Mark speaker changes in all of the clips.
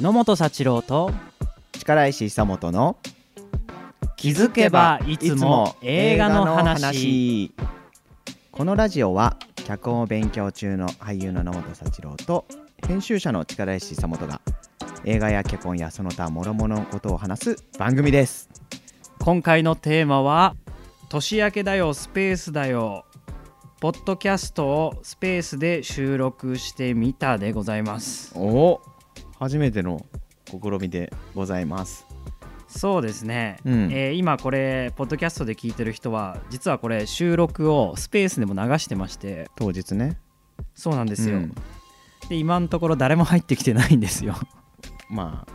Speaker 1: 野本幸郎と
Speaker 2: 力石久本の
Speaker 1: 気づけばいつも映画の話
Speaker 2: 映画の話このラジオは脚本を勉強中の俳優の野本幸郎と編集者の力石久本が映画や脚本やその他諸々のことを話す番組です
Speaker 1: 今回のテーマは「年明けだよスペースだよ」ポッドキャストをスペースで収録してみたでございます
Speaker 2: お初めての試みでございます
Speaker 1: そうですね、
Speaker 2: うん
Speaker 1: えー今これポッドキャストで聞いてる人は実はこれ収録をスペースでも流してまして
Speaker 2: 当日ね
Speaker 1: そうなんですよ、
Speaker 2: うん
Speaker 1: で今のところ誰も入ってきてないんですよ
Speaker 2: まあ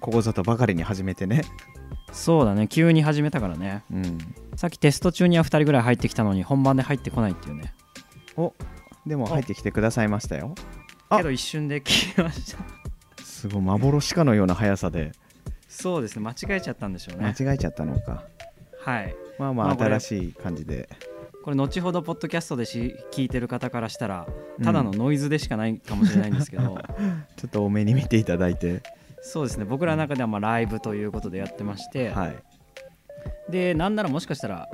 Speaker 2: ここぞとばかりに始めてね
Speaker 1: そうだね急に始めたからね
Speaker 2: うん
Speaker 1: さっきテスト中には2人ぐらい入ってきたのに本番で入ってこないっていうね
Speaker 2: おでも入ってきてくださいましたよあ
Speaker 1: けど一瞬で消えました
Speaker 2: すごい幻かのような速さで
Speaker 1: そうですね間違えちゃったんでしょう
Speaker 2: 間
Speaker 1: ね
Speaker 2: 違えちゃったのか
Speaker 1: はい
Speaker 2: まあま
Speaker 1: ま
Speaker 2: あ
Speaker 1: あこれ
Speaker 2: 新しい感じで、
Speaker 1: これ後ほどポッドキャストでし聞いてる方からしたら
Speaker 2: うん
Speaker 1: ただのノイズでしかないかもしれないんですけ ど、
Speaker 2: ちょっと多めに見ていただいて
Speaker 1: そうですね僕らの中ではまあライブということでやってまして、
Speaker 2: はい
Speaker 1: でなんならもしかしたら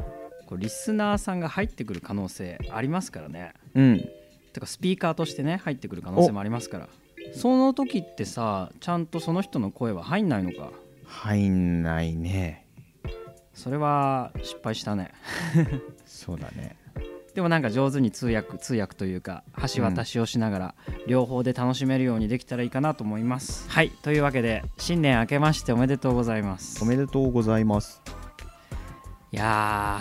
Speaker 1: こうリスナーさんが入ってくる可能性ありますからね
Speaker 2: うん
Speaker 1: てかスピーカーとしてね入ってくる可能性もありますからその時ってさちゃんとその人の声は入んないのか
Speaker 2: 入んないね
Speaker 1: それは失敗したね
Speaker 2: そうだね
Speaker 1: でもなんか上手に通訳通訳というか橋渡しをしながら両方で楽しめるようにできたらいいかなと思います、はいというわけで新年明けましておめでとうございます
Speaker 2: おめでとうございます
Speaker 1: いや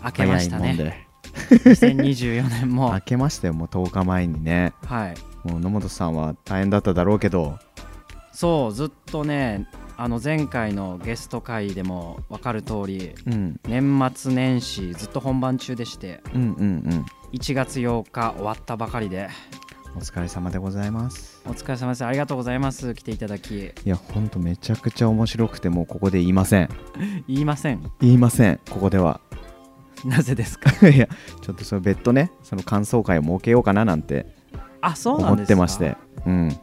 Speaker 1: ー明けました
Speaker 2: 早いもん
Speaker 1: ね
Speaker 2: で
Speaker 1: 2024年も
Speaker 2: 明けましたよもう10日前にね
Speaker 1: はい
Speaker 2: もう野本さんは大変だっただろうけど
Speaker 1: そうずっとねあの前回のゲスト会でも分かる通り
Speaker 2: うん
Speaker 1: 年末年始ずっと本番中でして
Speaker 2: うんうんうん
Speaker 1: 1月8日終わったばかりで
Speaker 2: お疲れ様でございます
Speaker 1: お疲れ様ですありがとうございます来ていただき
Speaker 2: いやほんとめちゃくちゃ面白くてもうここで言いません
Speaker 1: 言いません
Speaker 2: 言いませんここでは
Speaker 1: なぜですか
Speaker 2: いやちょっとその別途ねその感想会を設けようかななんて
Speaker 1: あそうな
Speaker 2: 思
Speaker 1: んで
Speaker 2: っ
Speaker 1: すか
Speaker 2: てましてうん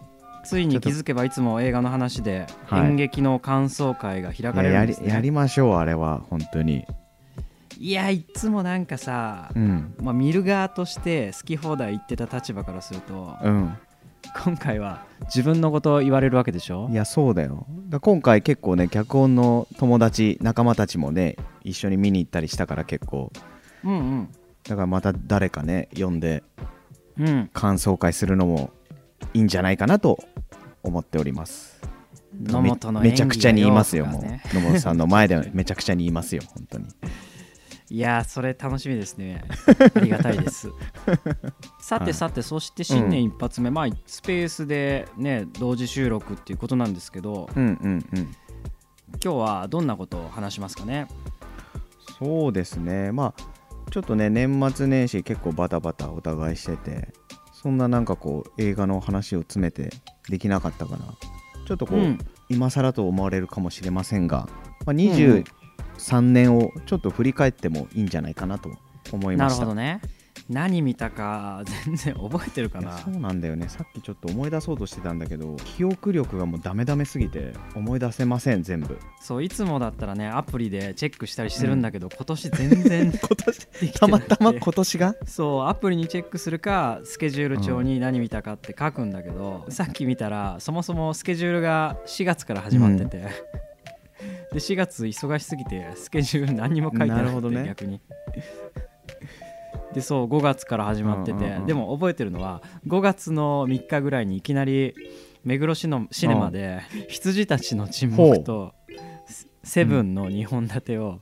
Speaker 1: ついに気づけばいつも映画の話で
Speaker 2: はい
Speaker 1: 演劇の感想会が開
Speaker 2: い
Speaker 1: か
Speaker 2: や
Speaker 1: れる
Speaker 2: や
Speaker 1: んで
Speaker 2: り
Speaker 1: す、ね
Speaker 2: やりましょうあれは本当に
Speaker 1: いやいつもなんかさ、
Speaker 2: うん
Speaker 1: まあ、見る側として好き放題言ってた立場からすると
Speaker 2: うん
Speaker 1: 今回は自分のことを言われるわけでしょ
Speaker 2: いやそうだよだ今回結構ね脚本の友達仲間たちもね一緒に見に行ったりしたから結構
Speaker 1: うん
Speaker 2: だからまた誰かね読んで
Speaker 1: うんうん
Speaker 2: 感想会するのもいいんじゃないかなと思っております
Speaker 1: 野本の
Speaker 2: め
Speaker 1: 演技が
Speaker 2: めちゃくちゃに言いますよ
Speaker 1: とか
Speaker 2: もう
Speaker 1: ね
Speaker 2: 野本さんの前でめちゃくちゃに言いますよ本当に
Speaker 1: いやーそれ楽しみです ねありがたいですさてさて、そして新年一発目、まあスペースでね同時収録っていうことなんですけど
Speaker 2: うんうんうん
Speaker 1: 今日はどんなことを話しますかね
Speaker 2: そうですねまあちょっとね年末年始結構バタバタお互いしててそんななんかこう映画の話を詰めてできなかったかなちょっとこう、
Speaker 1: うん
Speaker 2: 今更と思われるかもしれませんが、まあ、
Speaker 1: んうん
Speaker 2: 23年をちょっと振り返ってもいいんじゃないかなと思い
Speaker 1: な
Speaker 2: ま
Speaker 1: る
Speaker 2: し
Speaker 1: ほ
Speaker 2: た
Speaker 1: どね何見たか全然覚えてるか
Speaker 2: いや
Speaker 1: な
Speaker 2: そうなんだよねさっきちょっと思い出そうとしてたんだけど記憶力がもうダメダメすぎて思い出せません全部
Speaker 1: そういつもだったらねアプリでチェックしたりしてるんだけど、今年全然
Speaker 2: 今年
Speaker 1: できて
Speaker 2: た
Speaker 1: な
Speaker 2: ま
Speaker 1: くて
Speaker 2: たま今年が
Speaker 1: そうアプリにチェックするかスケジュール帳に何見たかって書くんだけど、さっき見たらそもそもスケジュールが4月から始まってて、 で4月忙しすぎてスケジュール何にも書いてな
Speaker 2: なる
Speaker 1: くて
Speaker 2: ほどね
Speaker 1: 逆に。でそう5月から始まってて、
Speaker 2: うんうんうん
Speaker 1: でも覚えてるのは5月の3日ぐらいにいきなり目黒市のシネマで「羊たちの沈黙」と「セブンの2本立てを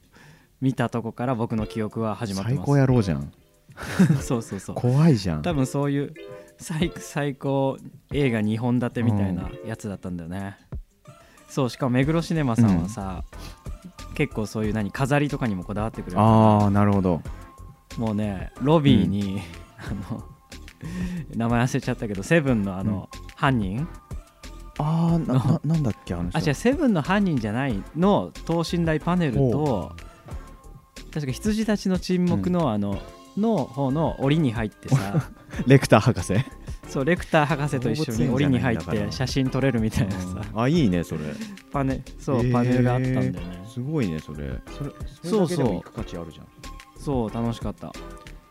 Speaker 1: 見たとこから僕の記憶は始まって
Speaker 2: 最
Speaker 1: ます。
Speaker 2: 高やろうじゃん
Speaker 1: そうそうそう
Speaker 2: 怖いじゃん
Speaker 1: 多分そういう最最高映画2本立てみたいなやつだったんだよね、そうしかも目黒シネマさんはさ、結構そういう何飾りとかにもこだわってくれる
Speaker 2: ああなるほど
Speaker 1: もうねロビーに、あの 名前忘れちゃったけどセブンのあの、犯人
Speaker 2: ああなななんだっけあの人
Speaker 1: あ違うセブンの犯人じゃないの等身大パネルと確か羊 たちの沈黙の、あのの方の檻に入ってさ
Speaker 2: レクター博士
Speaker 1: そうレクター博士と一緒に檻に入っ
Speaker 2: 動物園じゃないんだか
Speaker 1: て
Speaker 2: ら
Speaker 1: 写真撮れるみたいなさ
Speaker 2: あいいねそれ
Speaker 1: パネそう、
Speaker 2: へー
Speaker 1: パネルがあったんだよね
Speaker 2: すごいねそれそ
Speaker 1: そ
Speaker 2: れそう
Speaker 1: うそう
Speaker 2: そう行く価値あるじゃん
Speaker 1: そう楽しかった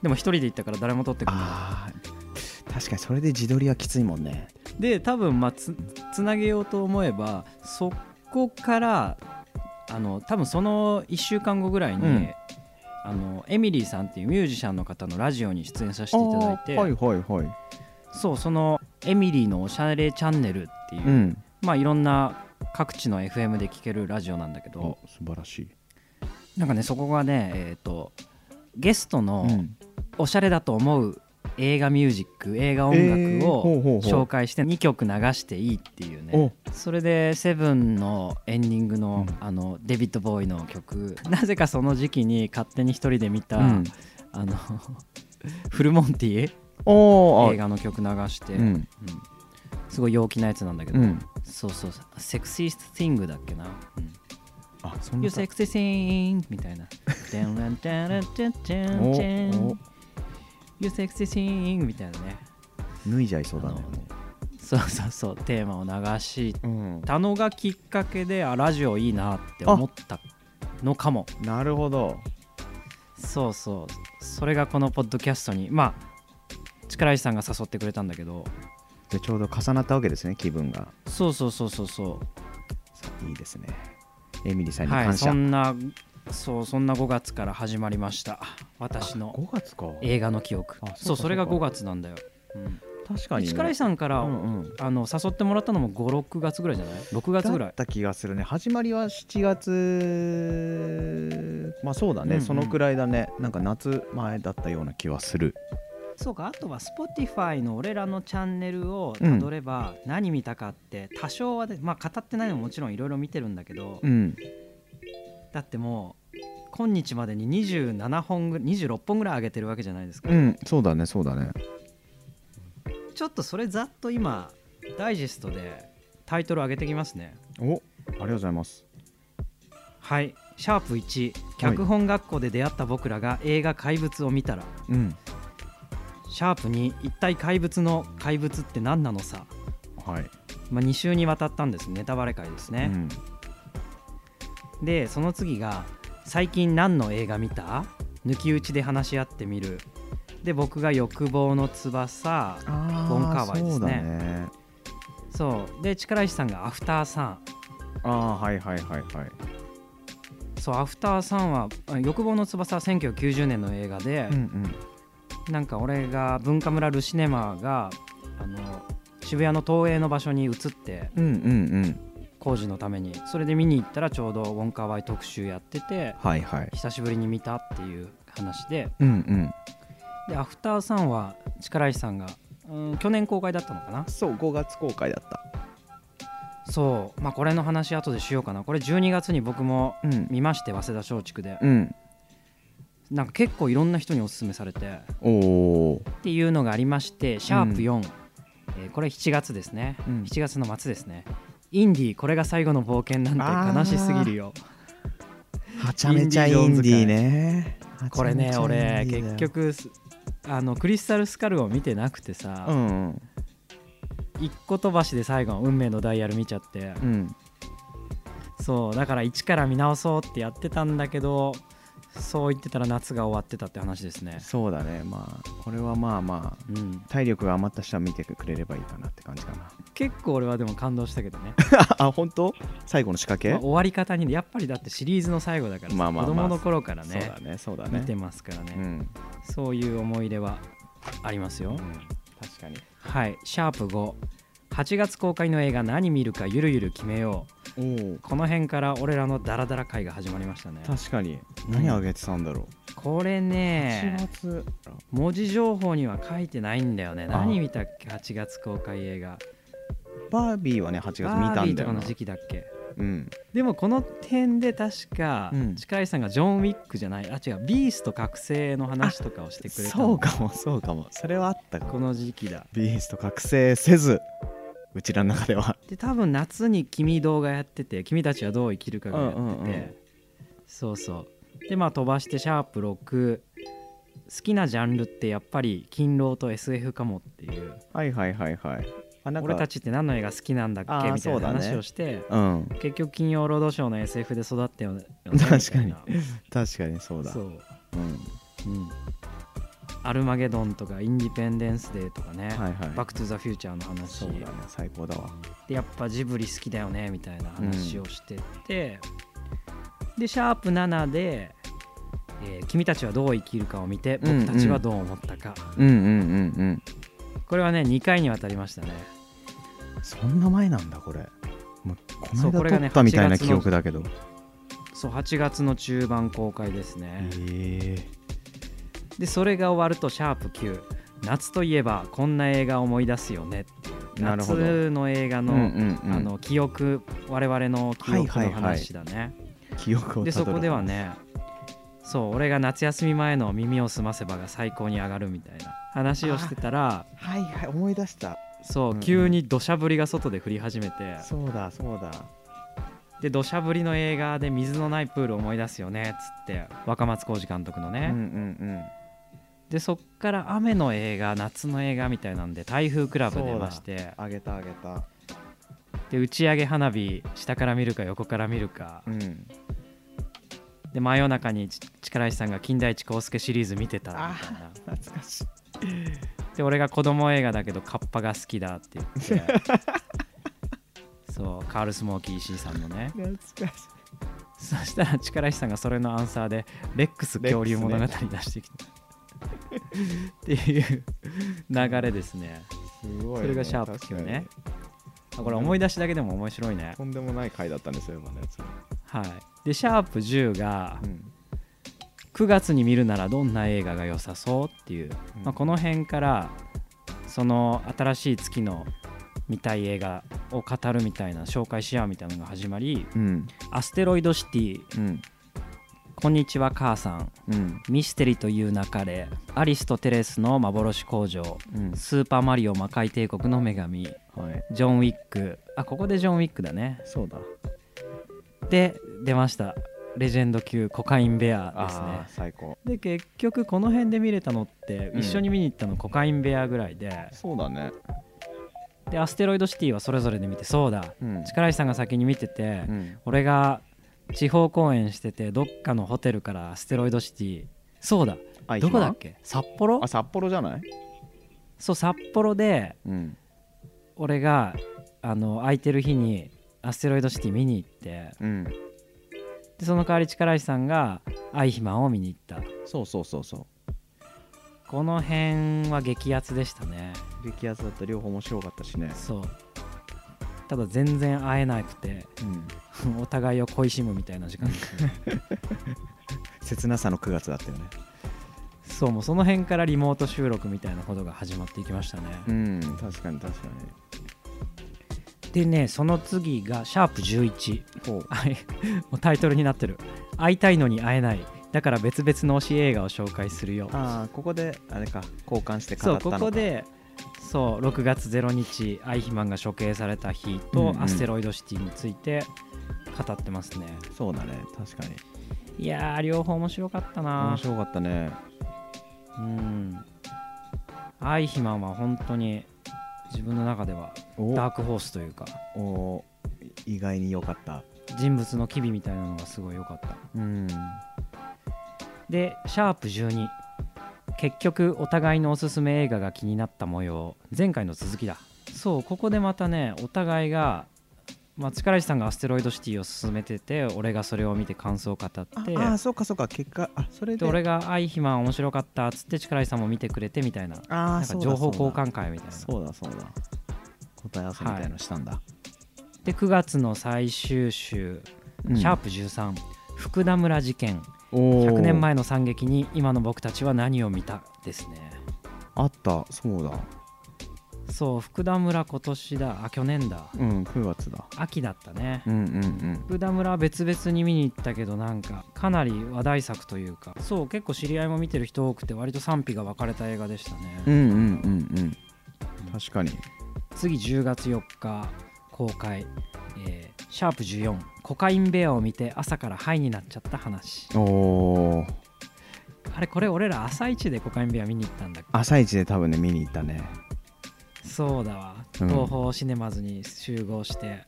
Speaker 1: でも一人で行ったから誰も撮ってくれな
Speaker 2: あー確かにそれで自撮りはきついもんね
Speaker 1: いで多分まあつつなげようと思えばそこからあの多分その1週間後ぐらいに、
Speaker 2: うん
Speaker 1: あのエミリーさんっていうミュージシャンの方のラジオに出演させていただいて、
Speaker 2: あーはいはいはい
Speaker 1: そうそのエミリーのおしゃれチャンネルっていう、
Speaker 2: うん
Speaker 1: まあいろんな各地の FM で聴けるラジオなんだけど
Speaker 2: 素晴らしい
Speaker 1: なんかねそこがねえっ、とゲストの、
Speaker 2: うん
Speaker 1: おしゃれだと思う映画ミュージック映画音
Speaker 2: えー
Speaker 1: 楽
Speaker 2: ほうほ
Speaker 1: を
Speaker 2: うほう
Speaker 1: 紹介して2曲流していいっていうね、
Speaker 2: お
Speaker 1: それで「セブンのエンディングの,、
Speaker 2: う
Speaker 1: あのデビッド・ボーイの曲なぜかその時期に勝手に一人で見た、
Speaker 2: うん
Speaker 1: あの フルモンティ
Speaker 2: おーあ
Speaker 1: 映画の曲流して、
Speaker 2: う
Speaker 1: うん
Speaker 2: ん
Speaker 1: すごい陽気なやつなんだけど、
Speaker 2: うん
Speaker 1: そうそうそうセクシースティングだっけな、うん
Speaker 2: あそん
Speaker 1: You
Speaker 2: な
Speaker 1: sexy thing みたいな。てんらんてんらんてんてんて
Speaker 2: お
Speaker 1: ん You sexy thing みたいなね。
Speaker 2: お脱いじゃいそうだね
Speaker 1: あのそうそうそう、テーマを流し
Speaker 2: うん
Speaker 1: たのがきっかけで、あ、ラジオいいなって思ったのかも。
Speaker 2: なるほど
Speaker 1: そうそう。それがこのポッドキャストに、まあ、力石さんが誘ってくれたんだけど、
Speaker 2: じゃあちょうど重なったわけですね気分が
Speaker 1: そうそうそうそうそう。
Speaker 2: さいいですねエミリーさんに
Speaker 1: は
Speaker 2: 感
Speaker 1: い、
Speaker 2: 謝、
Speaker 1: そんな、そう、そんな5月から始まりました。私の
Speaker 2: 5月か
Speaker 1: 映画の記憶
Speaker 2: あそう。か
Speaker 1: そう、それが
Speaker 2: そうか
Speaker 1: 5月なんだよ。うん
Speaker 2: 確かにね
Speaker 1: 力石さんから、
Speaker 2: うんうん
Speaker 1: あの誘ってもらったのも56月ぐらいじゃない6月ぐら
Speaker 2: だ
Speaker 1: い
Speaker 2: った気がするね始まりは7月まあそうだね、
Speaker 1: うんうん
Speaker 2: そのくらいだねなんか夏前だったような気はする
Speaker 1: そうかあとは Spotify の俺らのチャンネルを
Speaker 2: うん
Speaker 1: たどれば何見たかって多少はで、まあ語ってないのももちろんいろいろ見てるんだけど、
Speaker 2: うん
Speaker 1: だってもう今日までに27本ぐ26本ぐらい上げてるわけじゃないですか、
Speaker 2: うんそうだねそうだね
Speaker 1: ちょっとそれざっと今ダイジェストでタイトル上げてきますね
Speaker 2: おありがとうございます
Speaker 1: はいシャープ1脚本学校で出会った僕らが映画「怪物」を見たら
Speaker 2: うん
Speaker 1: シャープに一体怪物の怪物って何なのさ、
Speaker 2: はい、
Speaker 1: まあ、2週にわたったんですネタバレ会です
Speaker 2: う
Speaker 1: ね、
Speaker 2: ん
Speaker 1: でその次が最近何の映画見た抜き打ちで話し合ってみるで僕が欲望の翼
Speaker 2: あー
Speaker 1: ボンカーワイですね
Speaker 2: そうだね
Speaker 1: そうで力石さんがアフターさん
Speaker 2: ああーはいはいはいはい
Speaker 1: そうアフターさんはあ欲望の翼は1990年の映画で、
Speaker 2: ん
Speaker 1: なんか俺が文化村ルシネマがあの渋谷の東映の場所に移って
Speaker 2: うんうんうんうん
Speaker 1: 工事のためにそれで見に行ったらちょうどウォンカーワイ特集やってて
Speaker 2: はいはい
Speaker 1: 久しぶりに見たっていう話で
Speaker 2: うんうん
Speaker 1: でアフターさんは力石さんが、うん、去年公開だったのかな
Speaker 2: そう5月公開だった
Speaker 1: そうまあこれの話後でしようかなこれ12月に僕も
Speaker 2: うん
Speaker 1: 見まして早稲田松竹で
Speaker 2: うん
Speaker 1: なんか結構いろんな人におすすめされて
Speaker 2: おお
Speaker 1: っていうのがありましてシャープ4、えーこれ7月ですね、
Speaker 2: うん
Speaker 1: 7月の末ですねインディーこれが最後の冒険なんて悲しすぎるよ
Speaker 2: はちゃめちゃインディーね
Speaker 1: これね
Speaker 2: はちゃめちゃイ
Speaker 1: 俺
Speaker 2: ンディーだよ
Speaker 1: 結局すあのクリスタルスカルを見てなくてさ、
Speaker 2: うんうん
Speaker 1: 一個飛ばしで最後の運命のダイヤル見ちゃって、
Speaker 2: うん
Speaker 1: そうだから一から見直そうってやってたんだけどそう言ってたら夏が終わってたって話ですね
Speaker 2: そうだねまあこれはまあまあ
Speaker 1: うん
Speaker 2: 体力が余った人は見てくれればいいかなって感じかな
Speaker 1: 結構俺はでも感動したけどね、
Speaker 2: あ本当最後の仕掛け、
Speaker 1: まあ終わり方にやっぱりだってシリーズの最後だからさ、
Speaker 2: まあまあまあ
Speaker 1: 子供の頃からね
Speaker 2: そうだねそうだね
Speaker 1: 見てますからね、
Speaker 2: うん、
Speaker 1: そういう思い出はありますよ、
Speaker 2: うん、確かに
Speaker 1: はいシャープ58月公開の映画何見るかゆるゆる決めよう
Speaker 2: おお
Speaker 1: この辺から俺らのダラダラ会が始まりましたね
Speaker 2: 確かに何あげてたんだろ
Speaker 1: これ
Speaker 2: う、8
Speaker 1: ね
Speaker 2: 月
Speaker 1: 文字情報には書いてないんだよね
Speaker 2: あ
Speaker 1: 何見たっけ8月公開映画
Speaker 2: バービーはね8月見た
Speaker 1: バービ
Speaker 2: ん
Speaker 1: ー
Speaker 2: だ
Speaker 1: と
Speaker 2: よ
Speaker 1: かの
Speaker 2: な
Speaker 1: 時期だっけ
Speaker 2: うん
Speaker 1: でもこの点で確か、
Speaker 2: うん
Speaker 1: 近井さんがジョン・ウィックじゃないあ違うビースト覚醒の話とかをしてくれた
Speaker 2: そうかもそうかもそれはあったか
Speaker 1: この時期だ
Speaker 2: ビースト覚醒せずうちらの中では
Speaker 1: で多分夏に君動画やってて君たちはどう生きるかがやってて、
Speaker 2: うんうんうん
Speaker 1: そうそうでまあ飛ばしてシャープ6好きなジャンルってやっぱり勤労と SF かもっていう
Speaker 2: はいはいはいはいあなんか
Speaker 1: 俺たちって何の映画好きなんだっ
Speaker 2: あ
Speaker 1: け
Speaker 2: ー
Speaker 1: みたい
Speaker 2: そう
Speaker 1: な
Speaker 2: だね
Speaker 1: 話をして、
Speaker 2: うん
Speaker 1: 結局金曜ロードショーの SF で育ったよね
Speaker 2: 確かに
Speaker 1: みたい
Speaker 2: 確かにそう
Speaker 1: な
Speaker 2: だ
Speaker 1: そう
Speaker 2: うん
Speaker 1: うんアルマゲドンとかインディペンデンスデーとかね、
Speaker 2: はいはい
Speaker 1: バック・トゥ・ザ・フューチャーの話
Speaker 2: そうだね最高だわ
Speaker 1: でやっぱジブリ好きだよねみたいな話をしてって、でシャープ7で、えー君たちはどう生きるかを見て
Speaker 2: うんうん
Speaker 1: 僕たちはどう思ったか、
Speaker 2: うんうんうん
Speaker 1: これはね2回にわたりましたね
Speaker 2: うんそんな前なんだこれもうこの
Speaker 1: そうこれが
Speaker 2: 間撮
Speaker 1: ね
Speaker 2: ったみたいな
Speaker 1: 8月の
Speaker 2: 記憶だけど
Speaker 1: そう8月の中盤公開ですね、
Speaker 2: え
Speaker 1: でそれが終わるとシャープ9夏といえばこんな映画を思い出すよね
Speaker 2: えなるほど
Speaker 1: 夏の映画
Speaker 2: うん
Speaker 1: の、
Speaker 2: うんうん
Speaker 1: あの記憶我々の記憶の話だね、
Speaker 2: 記憶を
Speaker 1: で
Speaker 2: た
Speaker 1: そ
Speaker 2: どる
Speaker 1: こではねそう俺が夏休み前の「耳をすませば」が最高に上がるみたいな話をしてたら
Speaker 2: はいはい思い出した
Speaker 1: そう、
Speaker 2: うんうん
Speaker 1: 急に土砂降りが外で降り始めて
Speaker 2: そうだそうだ
Speaker 1: で土砂降りの映画で水のないプールを思い出すよねっつって若松浩二監督の
Speaker 2: うんう
Speaker 1: ね、
Speaker 2: ん
Speaker 1: でそっから雨の映画夏の映画みたいなんで台風クラブ出まして
Speaker 2: うんあげたあげた
Speaker 1: で打ち上げ花火下から見るか横から見るか
Speaker 2: うん
Speaker 1: で真夜中にち力石さんが金田一耕助シリーズ見てたみたいな
Speaker 2: 懐かしい
Speaker 1: で俺が子供映画だけどカッパが好きだって言ってそうカール・スモーキー石井さんのね
Speaker 2: 懐かしい
Speaker 1: そしたら力石さんがそれのアンサーで「レックス恐竜物語」出してきた、っていう流れですね
Speaker 2: すごいね
Speaker 1: それがシャープ9ね
Speaker 3: 確
Speaker 1: あこれ思い出しだけでも面白いね
Speaker 3: とんでもない回だったんですよ、今のやつ。
Speaker 1: はいでシャープ10が
Speaker 2: うん
Speaker 1: 9月に見るならどんな映画が良さそうっていう、
Speaker 2: うん
Speaker 1: まあ、この辺からその新しい月の見たい映画を語るみたいな紹介し合うみたいなのが始まり
Speaker 2: うん
Speaker 1: 「アステロイドシティ」
Speaker 2: うん
Speaker 1: 「こんにちは母さん」
Speaker 2: うん
Speaker 1: 「ミステリという流れ」「アリスとテレスの幻工場」
Speaker 2: う
Speaker 1: 「
Speaker 2: ん
Speaker 1: スーパーマリオ魔界帝国の女神」
Speaker 2: はい
Speaker 1: 「ジョン・ウィック」あここでジョン・ウィックだね
Speaker 2: そうだ
Speaker 1: で出ました「レジェンド級コカインベア」ですね
Speaker 2: ああ最高
Speaker 1: で結局この辺で見れたのって
Speaker 2: うん
Speaker 1: 一緒に見に行ったのコカインベアぐらいで、
Speaker 2: そうだね
Speaker 1: でアステロイドシティはそれぞれで見てそうだ
Speaker 2: うん
Speaker 1: 力石さんが先に見てて、
Speaker 2: うん
Speaker 1: 俺が地方公演しててどっかのホテルからアステロイドシティそうだ
Speaker 2: あ
Speaker 1: どこだっ
Speaker 2: 行き
Speaker 1: け札幌
Speaker 2: ますあ札幌じゃない
Speaker 1: そう札幌で
Speaker 2: うん
Speaker 1: 俺があの空いてる日にアステロイドシティ見に行って
Speaker 2: うん
Speaker 1: でその代わり力石さんがアイヒマンを見に行った
Speaker 2: そうそうそうそ
Speaker 1: この辺は激アツでしたね
Speaker 2: う激アツだった両方面白かったしね
Speaker 1: そうただ全然会えなくて
Speaker 2: うん
Speaker 1: お互いを恋しむみたいな時 間ですね
Speaker 2: 切なさの9月だったよね
Speaker 1: そうもうその辺からリモート収録みたいなことが始まっていきましたね、
Speaker 2: うん確かに確かに
Speaker 1: でねその次がシャープ11
Speaker 2: ほう
Speaker 1: あい もうタイトルになってる「会いたいのに会えないだから別々の推し映画を紹介するよ
Speaker 2: ああここであれか交換して語った
Speaker 1: そ
Speaker 2: の
Speaker 1: う
Speaker 2: か
Speaker 1: ここでそう6月0日アイヒマンが処刑された日
Speaker 2: うん
Speaker 1: と、
Speaker 2: うん
Speaker 1: アステロイドシティについて語ってますね
Speaker 2: そうだね確かに
Speaker 1: いやー両方面白かったな
Speaker 2: 面白かったね
Speaker 1: うんアイヒマンは本当に自分の中ではダ
Speaker 2: お
Speaker 1: ークホースというか
Speaker 2: お意外に良かった
Speaker 1: 人物の機微みたいなのがすごい良かった
Speaker 2: うん
Speaker 1: でシャープ12結局お互いのおすすめ映画が気になった模様前回の続きだそうここでまたねお互いが、まあ、力石さんが「アステロイドシティ」を進めてて俺がそれを見て感想を語って
Speaker 2: ああーそうかそうか結果あそれ
Speaker 1: で
Speaker 2: で
Speaker 1: 俺が「アイヒマン面白かった」っつって力石さんも見てくれてみたいな
Speaker 2: あ
Speaker 1: な
Speaker 2: あ
Speaker 1: んか情報交換会みたいな
Speaker 2: そうだそうだ答え合わせみたいのしたんだ、
Speaker 1: で9月の最終週、
Speaker 2: うん
Speaker 1: シャープ13福田村事件
Speaker 2: おー
Speaker 1: 100年前の惨劇に今の僕たちは何を見たですね
Speaker 2: あったそうだ
Speaker 1: そう福田村今年だあ去年だ
Speaker 2: うん9月だ
Speaker 1: 秋だったね
Speaker 2: うんうんうん
Speaker 1: 福田村は別々に見に行ったけどなんかかなり話題作というかそう結構知り合いも見てる人多くて割と賛否が分かれた映画でしたね、
Speaker 2: うんうんうんうん確かに
Speaker 1: 次10月4日公開、えーシャープ14コカインベアを見て朝からハイになっちゃった話
Speaker 2: おお
Speaker 1: あれこれ俺ら朝一でコカインベア見に行ったんだっけ
Speaker 2: 朝一で多分ね見に行ったね
Speaker 1: そうだわ
Speaker 2: うん
Speaker 1: 東宝シネマズに集合して、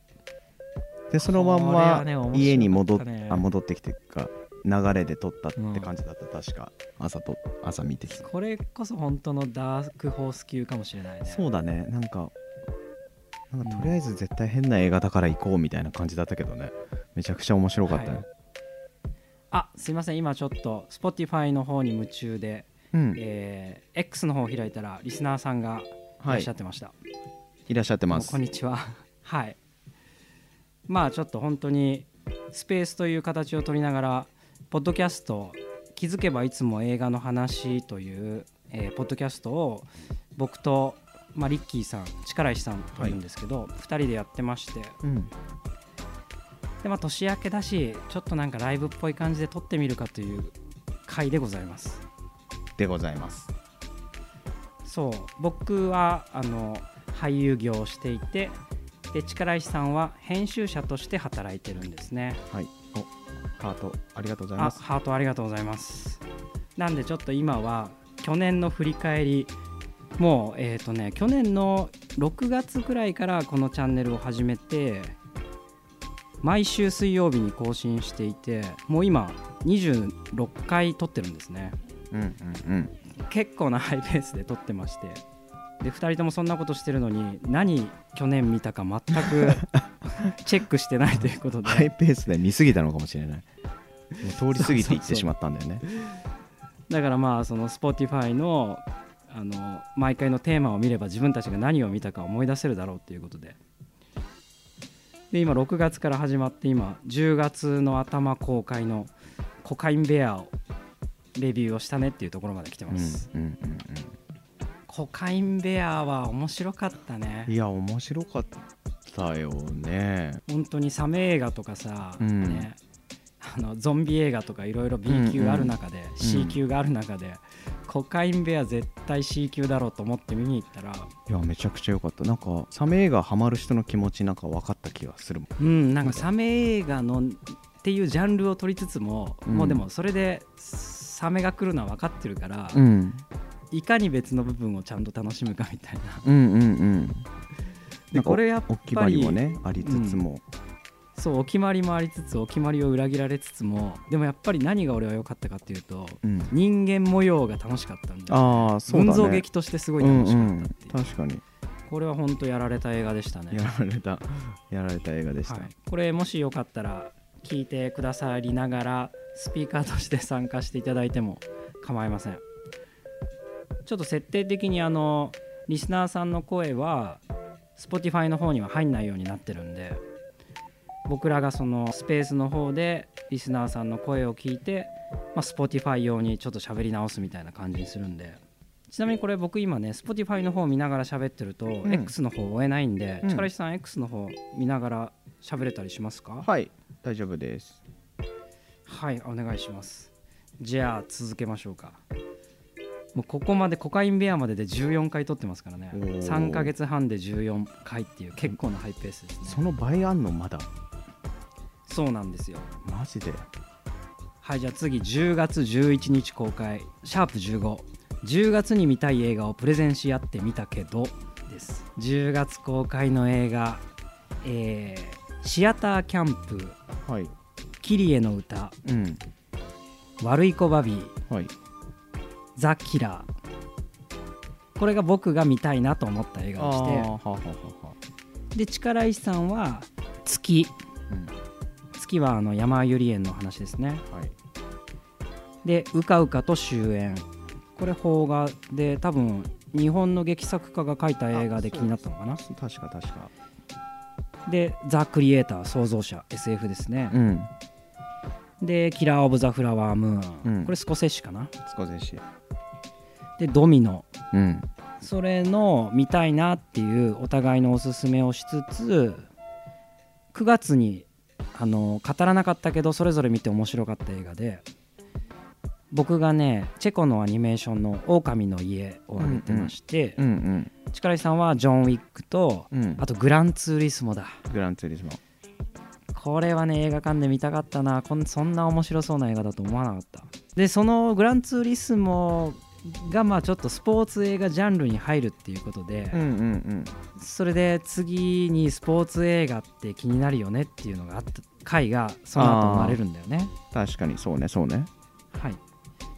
Speaker 2: でそのまん
Speaker 1: これは
Speaker 2: ま
Speaker 1: ね面白かったね
Speaker 2: 家に戻っ,、あ戻ってきてか流れで撮ったって感じだった、確か朝と朝見てきて
Speaker 1: これこそ本当のダークホース級かもしれないね
Speaker 2: そうだねなんかなんか
Speaker 1: うん
Speaker 2: とりあえず絶対変な映画だから行こうみたいな感じだったけどねめちゃくちゃ面白かったね、
Speaker 1: はいあすいません今ちょっと Spotify の方に夢中で、
Speaker 2: うん
Speaker 1: えー X の方を開いたらリスナーさんがいら
Speaker 2: は
Speaker 1: っ
Speaker 2: い
Speaker 1: しゃってました、
Speaker 2: いらっしゃってま
Speaker 1: もう
Speaker 2: す
Speaker 1: こんにちは はいまあちょっと本当にスペースという形を取りながらポッドキャスト気づけばいつも映画の話という、えーポッドキャストを僕と、まあ、リッキーさん力石さんというんですけど、2人でやってまして
Speaker 2: うん
Speaker 1: でまあ年明けだしちょっとなんかライブっぽい感じで撮ってみるかという回でございます
Speaker 2: でございます
Speaker 1: そう僕はあの俳優業をしていてで力石さんは編集者として働いてるんですね
Speaker 2: はいおハートありがとうござい
Speaker 1: あ
Speaker 2: ます
Speaker 1: ハートありがとうございますなんでちょっと今は去年の振り返りもうえっ、とね去年の6月くらいからこのチャンネルを始めて毎週水曜日に更新していてもう今26回撮ってるんですね
Speaker 2: うんうんうん
Speaker 1: 結構なハイペースで撮ってましてで2人ともそんなことしてるのに何去年見たか 全くチェックしてないということで、
Speaker 2: ハイペースで見過ぎたのかもしれないもう通り過ぎていってしまったんだよね
Speaker 1: だからまあその Spotify のあの毎回のテーマを見れば自分たちが何を見たか思い出せるだろうということでで今6月から始まって今10月の頭公開の「コカインベア」をレビューをしたねっていうところまで来てます、
Speaker 2: うんうんうん
Speaker 1: コカインベアは面白かったね
Speaker 2: うんいや面白かったよね
Speaker 1: 本当にサメ映画とかさ、
Speaker 2: うん
Speaker 1: ね、あのゾンビ映画とかいろいろ B 級ある中で、C 級がある中で、コカインベア絶対 C 級だろうと思って見に行ったら
Speaker 2: いやめちゃくちゃ良かったなんかサメ映画ハマる人の気持ちなんか分かった気がするも
Speaker 1: う
Speaker 2: ん
Speaker 1: んなんかサメ映画のっていうジャンルを取りつつも、
Speaker 2: うん
Speaker 1: もうでもそれでサメが来るのは分かってるから、
Speaker 2: うん、
Speaker 1: いかに別の部分をちゃんと楽しむかみ たいな
Speaker 2: うんうんうん
Speaker 1: でこれやっぱり
Speaker 2: お決まりもねありつつも、
Speaker 1: そうお決まりもありつつお決まりを裏切られつつもでもやっぱり何が俺は良かったかっていうと
Speaker 2: うん
Speaker 1: 人間模様が楽しかったんだよ
Speaker 2: ああそうだね
Speaker 1: 群像劇としてすごい楽しかったっていう、
Speaker 2: うんうん、確かに
Speaker 1: これは本当やられた映画でしたね、
Speaker 2: やられたやられた映画でした、
Speaker 1: はい、これもしよかったら聞いてくださりながらスピーカーとして参加していただいても構いませんちょっと設定的にあのリスナーさんの声は Spotify の方には入んないようになってるんで僕らがそのスペースの方でリスナーさんの声を聞いて、まあ、Spotify 用にちょっと喋り直すみたいな感じにするんでちなみにこれ僕今ね Spotify の方を見ながら喋ってると、
Speaker 2: ん
Speaker 1: X の方を追えないんで、
Speaker 2: うん
Speaker 1: 力石さん X の方見ながら喋れたりしますか
Speaker 2: はい、大丈夫です
Speaker 1: はいお願いしますじゃあ続けましょうかもうここまでコカインベアまでで14回撮ってますからね
Speaker 2: おー
Speaker 1: 3ヶ月半で14回っていう結構なハイペースです
Speaker 2: そ
Speaker 1: ね
Speaker 2: の倍あんのまだ
Speaker 1: そうなんですよ
Speaker 2: マジで
Speaker 1: はいじゃあ次10月11日公開「シャープ #15」10月に見たい映画をプレゼンし合ってみたけどです10月公開の映画、えーシアターキャンプ
Speaker 2: はい
Speaker 1: 「キリエの歌
Speaker 2: うん」
Speaker 1: 「悪い子バビー」
Speaker 2: はい
Speaker 1: 「ザ・キラー」これが僕が見たいなと思った映画で
Speaker 2: あーはあ
Speaker 1: し
Speaker 2: はあはあは
Speaker 1: てで力石さんは「月
Speaker 2: うん」
Speaker 1: 月はあの山ゆり園の話ですね
Speaker 2: はい
Speaker 1: で「うかうかと終焉」これ邦画で多分日本の劇作家が描いた映画で気になったのかな
Speaker 2: 確か確か
Speaker 1: で「ザ・クリエイター創造者 SF」ですね、
Speaker 2: うん
Speaker 1: で「キラー・オブ・ザ・フラワームーン」
Speaker 2: うん
Speaker 1: これスコセッシかな
Speaker 2: 少しし
Speaker 1: で「ドミノ
Speaker 2: うん」
Speaker 1: それの見たいなっていうお互いのおすすめをしつつ9月にあの語らなかったけどそれぞれ見て面白かった映画で僕がねチェコのアニメーションの「狼の家」を挙げてまして、
Speaker 2: うん
Speaker 1: 力石さんはジョン・ウィックと、
Speaker 2: うんうん
Speaker 1: あとグランツーリスモだ
Speaker 2: グランツーリスモ
Speaker 1: これはね映画館で見たかったなこんそんな面白そうな映画だと思わなかったでそのグランツーリスモがまあちょっとスポーツ映画ジャンルに入るっていうことで、
Speaker 2: うんうんうん
Speaker 1: それで次にスポーツ映画って気になるよねっていうのがあった回がその後生まれるんだよね
Speaker 2: 確かにそうねそうね
Speaker 1: はい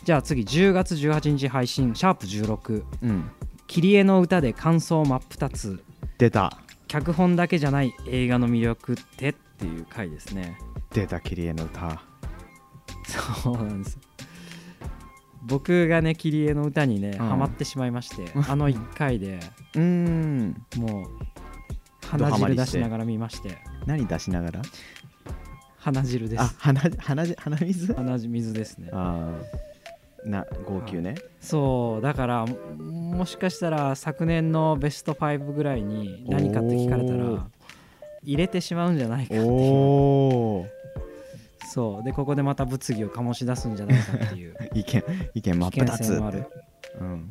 Speaker 1: じゃあ次10月18日配信「シャープ #16
Speaker 2: うん
Speaker 1: 切り絵の歌で感想真っ二つ
Speaker 2: 出た
Speaker 1: 脚本だけじゃない映画の魅力って」っていう回です ね
Speaker 2: 出た切り絵の歌
Speaker 1: そうなんです僕がね切り絵の歌にね、
Speaker 2: うん
Speaker 1: ハマってしまいま してあの1回で
Speaker 2: うーん
Speaker 1: もう
Speaker 2: ドハ
Speaker 1: 鼻
Speaker 2: マ
Speaker 1: 汁
Speaker 2: りして
Speaker 1: 出しながら見まして
Speaker 2: 何出しながら
Speaker 1: 鼻汁で
Speaker 2: あ
Speaker 1: す
Speaker 2: 鼻鼻じ鼻水
Speaker 1: 鼻水ですね
Speaker 2: あーな号泣ね
Speaker 1: そうだからももしかしたら昨年のベスト5ぐらいに何かって聞かれた
Speaker 2: お
Speaker 1: ら
Speaker 2: ー
Speaker 1: 入れてしまうんじゃないかっていう
Speaker 2: おお
Speaker 1: そうでここでまた物議を醸し出すんじゃないかって いう
Speaker 2: 意見意見真っ
Speaker 1: 危
Speaker 2: 二
Speaker 1: 険
Speaker 2: つ
Speaker 1: 性もある
Speaker 2: うん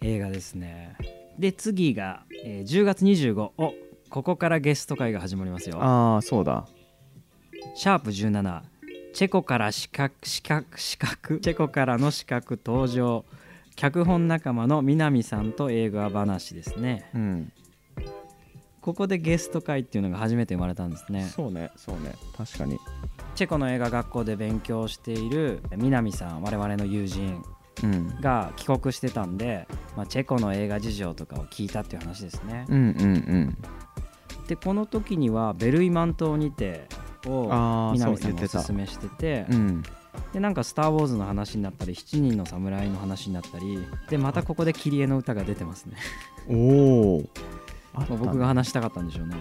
Speaker 1: 映画ですねで次が、えー10月25おここからゲスト会が始まりますよ
Speaker 2: ああそうだ
Speaker 1: シャープ17チェコから資格資格資格チェコからの資格登場脚本仲間の南さんと映画話ですね
Speaker 2: うん
Speaker 1: ここでゲスト会っていうのが初めて生まれたんですね
Speaker 3: そうね、そうね、確かに。
Speaker 1: チェコの映画学校で勉強している南さん我々の友人
Speaker 2: うん
Speaker 1: が帰国してたんで、まあ、チェコの映画事情とかを聞いたっていう話ですね
Speaker 2: う、んうん
Speaker 1: でこの時には「ベルイマン島にて」
Speaker 2: あ
Speaker 1: を
Speaker 2: ーそう
Speaker 1: 南さんがおすすめしてて
Speaker 2: うんうん
Speaker 1: でなんか「スター・ウォーズ」の話になったり「7人の侍」の話になったりでまたここで切り絵の歌が出て ますね
Speaker 2: おおあ
Speaker 1: まあ僕が話したかったんでしょうね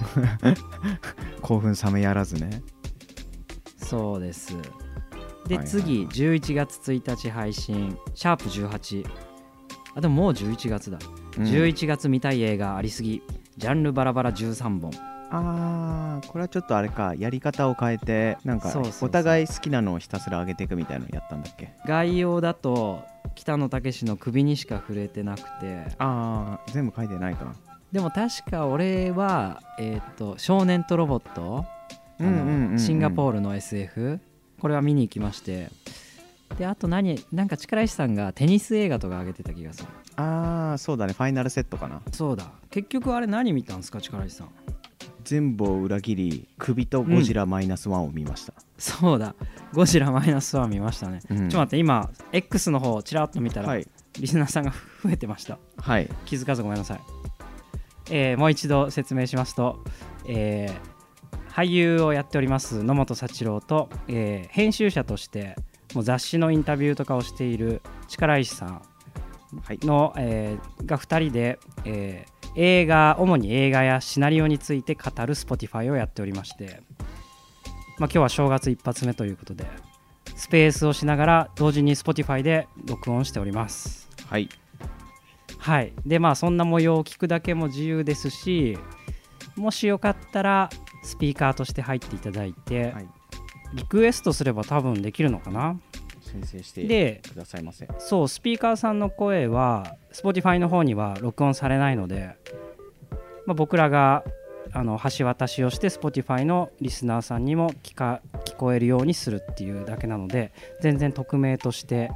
Speaker 2: 興奮冷めやらずね
Speaker 1: そうですで、
Speaker 2: はいはいはい
Speaker 1: 次11月1日配信「シャープ #18」あでももう11月だ、11月見たい映画ありすぎジャンルバラバラ13本
Speaker 2: ああこれはちょっとあれかやり方を変えてなんか
Speaker 1: そうそうそう
Speaker 2: お互い好きなのをひたすら上げていくみたいなのやったんだっけ
Speaker 1: 概要だと北野武の首にしか触れてなくて
Speaker 2: ああ全部書いてないか
Speaker 1: でも確か俺は、えーっと少年とロボット、あの
Speaker 2: うんうんうんうん
Speaker 1: シンガポールの SF これは見に行きましてであと何なんか力石さんがテニス映画とか上げてた気がする
Speaker 2: ああそうだねファイナルセットかな
Speaker 1: そうだ結局あれ何見たんですか力石さん
Speaker 2: 全部を裏切り首とゴジラマイナスワンを見ました、
Speaker 1: そうだゴジラマイナスワン見ましたね、
Speaker 2: うん
Speaker 1: ちょっと待って今 X の方をちらっと見たら、
Speaker 2: はい
Speaker 1: リスナーさんが増えてました
Speaker 2: はい
Speaker 1: 気づかずごめんなさい、えーもう一度説明しますと、えー俳優をやっております野本幸郎と、えー編集者としてもう雑誌のインタビューとかをしている力石さん
Speaker 2: はい
Speaker 1: の、えーが2人で、えー映画主に映画やシナリオについて語る Spotify をやっておりまして、まあ、今日は正月一発目ということでスペースをしながら同時に Spotify で録音しております。
Speaker 2: はい
Speaker 1: はい、でまあそんな模様を聞くだけも自由ですしもしよかったらスピーカーとして入っていただいて、
Speaker 2: はい
Speaker 1: リクエストすれば多分できるのかな
Speaker 3: 申請して
Speaker 1: で
Speaker 3: くださいませ。
Speaker 1: そうスピーカーさんの声は Spotify の方には録音されないので、まあ、僕らがあの橋渡しをして Spotify のリスナーさんにも聞か聞こえるようにするっていうだけなので全然匿名として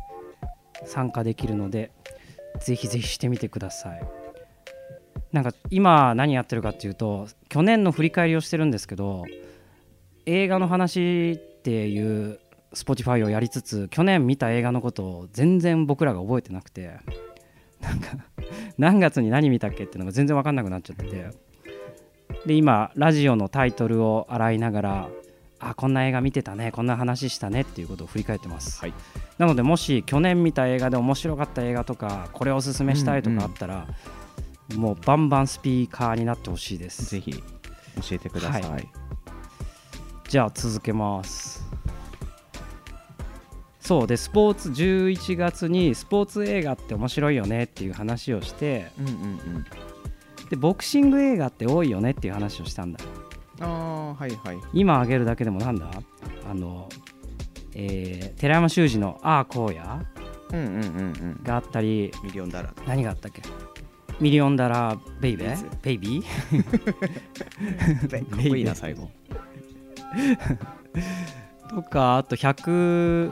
Speaker 1: 参加できるのでぜひぜひしてみてくださいなんか今何やってるかっていうと去年の振り返りをしてるんですけど映画の話っていう Spotify をやりつつ去年見た映画のことを全然僕らが覚えてなくてなんか 何月に何見たっけっていうのが全然分かんなくなっちゃっててで今ラジオのタイトルを洗いながらあこんな映画見てたねこんな話したねっていうことを振り返ってます、
Speaker 3: はい
Speaker 1: なのでもし去年見た映画で面白かった映画とかこれおすすめしたいとかあったら、もうバンバンスピーカーになってほしいです
Speaker 2: ぜひ教えてください、
Speaker 1: はじゃあ続けますそうでスポーツ11月にスポーツ映画って面白いよねっていう話をして
Speaker 2: うんうんうん
Speaker 1: でボクシング映画って多いよねっていう話をしたんだ
Speaker 2: ああはいはい
Speaker 1: 今挙げるだけでもなんだあの、えー寺山修司の「ああこうや
Speaker 2: うんうんうんうん」
Speaker 1: があったり
Speaker 2: ミリオンダラー
Speaker 1: 何があったっけミリオンダラーベイベーベイビー
Speaker 2: かっこいいな最後
Speaker 1: とかあと100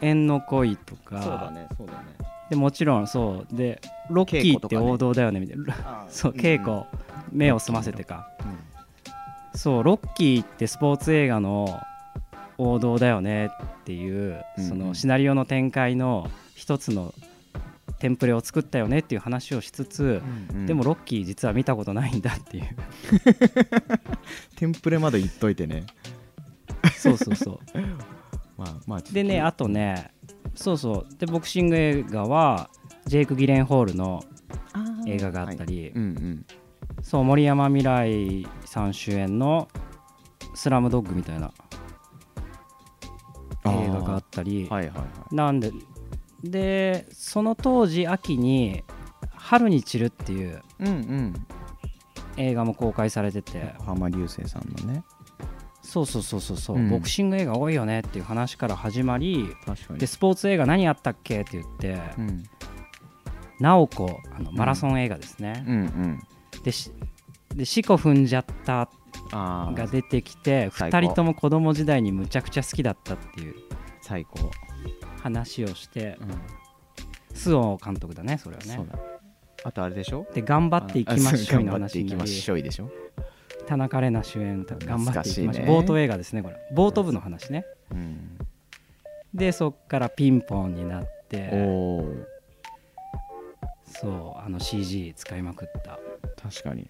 Speaker 1: 円の恋とか
Speaker 3: そうだねそうだね
Speaker 1: でもちろんそうでロッキーって王道だよねみたいな、そう稽古、目を澄ませてか、そうロッキーってスポーツ映画の王道だよねっていう、
Speaker 2: うんうん
Speaker 1: そのシナリオの展開の一つのテンプレを作ったよねっていう話をしつつ、でもロッキー実は見たことないんだっていう、
Speaker 2: テンプレまで言っといてね
Speaker 1: そうそうそう
Speaker 2: まあまあ
Speaker 1: でねあとねそうそうでボクシング映画はジェイク・ギレンホールの映画があったり、
Speaker 2: うんうん
Speaker 1: そう森山未來さん主演の「スラムドッグみたいな
Speaker 2: あー
Speaker 1: 映画があったり、
Speaker 2: はいはいはい
Speaker 1: なんででその当時秋に「春に散る」っていう
Speaker 2: うんうん
Speaker 1: 映画も公開されてて
Speaker 3: 小浜流星さんのね
Speaker 1: そうそうそうそうそう、
Speaker 2: うん
Speaker 1: ボクシング映画多いよねっていう話から始まり
Speaker 3: 確かに
Speaker 1: でスポーツ映画何あったっけって言って
Speaker 2: うん
Speaker 1: 直子あのマラソン映画ですね
Speaker 2: う、んうん
Speaker 1: でしで「四股踏んじゃった」
Speaker 2: あ
Speaker 1: が
Speaker 2: あ
Speaker 1: 出てきて
Speaker 2: 最高
Speaker 1: 2人とも子供時代にむちゃくちゃ好きだったっていう
Speaker 2: 最高
Speaker 1: 話をして
Speaker 2: うん
Speaker 1: 周防監督だねそれはね
Speaker 2: そうだあとあれでしょ
Speaker 1: で頑張っていきましょうの
Speaker 2: 頑張って
Speaker 1: 話
Speaker 2: い
Speaker 1: に
Speaker 2: き
Speaker 1: な
Speaker 2: ま
Speaker 1: り
Speaker 2: しょういでしょ
Speaker 1: 田中玲奈主演歌頑張っていきましょう
Speaker 2: 懐かしいね
Speaker 1: ボート映画ですねこれボート部の話ね
Speaker 2: うん
Speaker 1: でそっからピンポンになっ
Speaker 2: お
Speaker 1: て
Speaker 2: お
Speaker 1: そうあの CG 使いまくった
Speaker 3: 確かに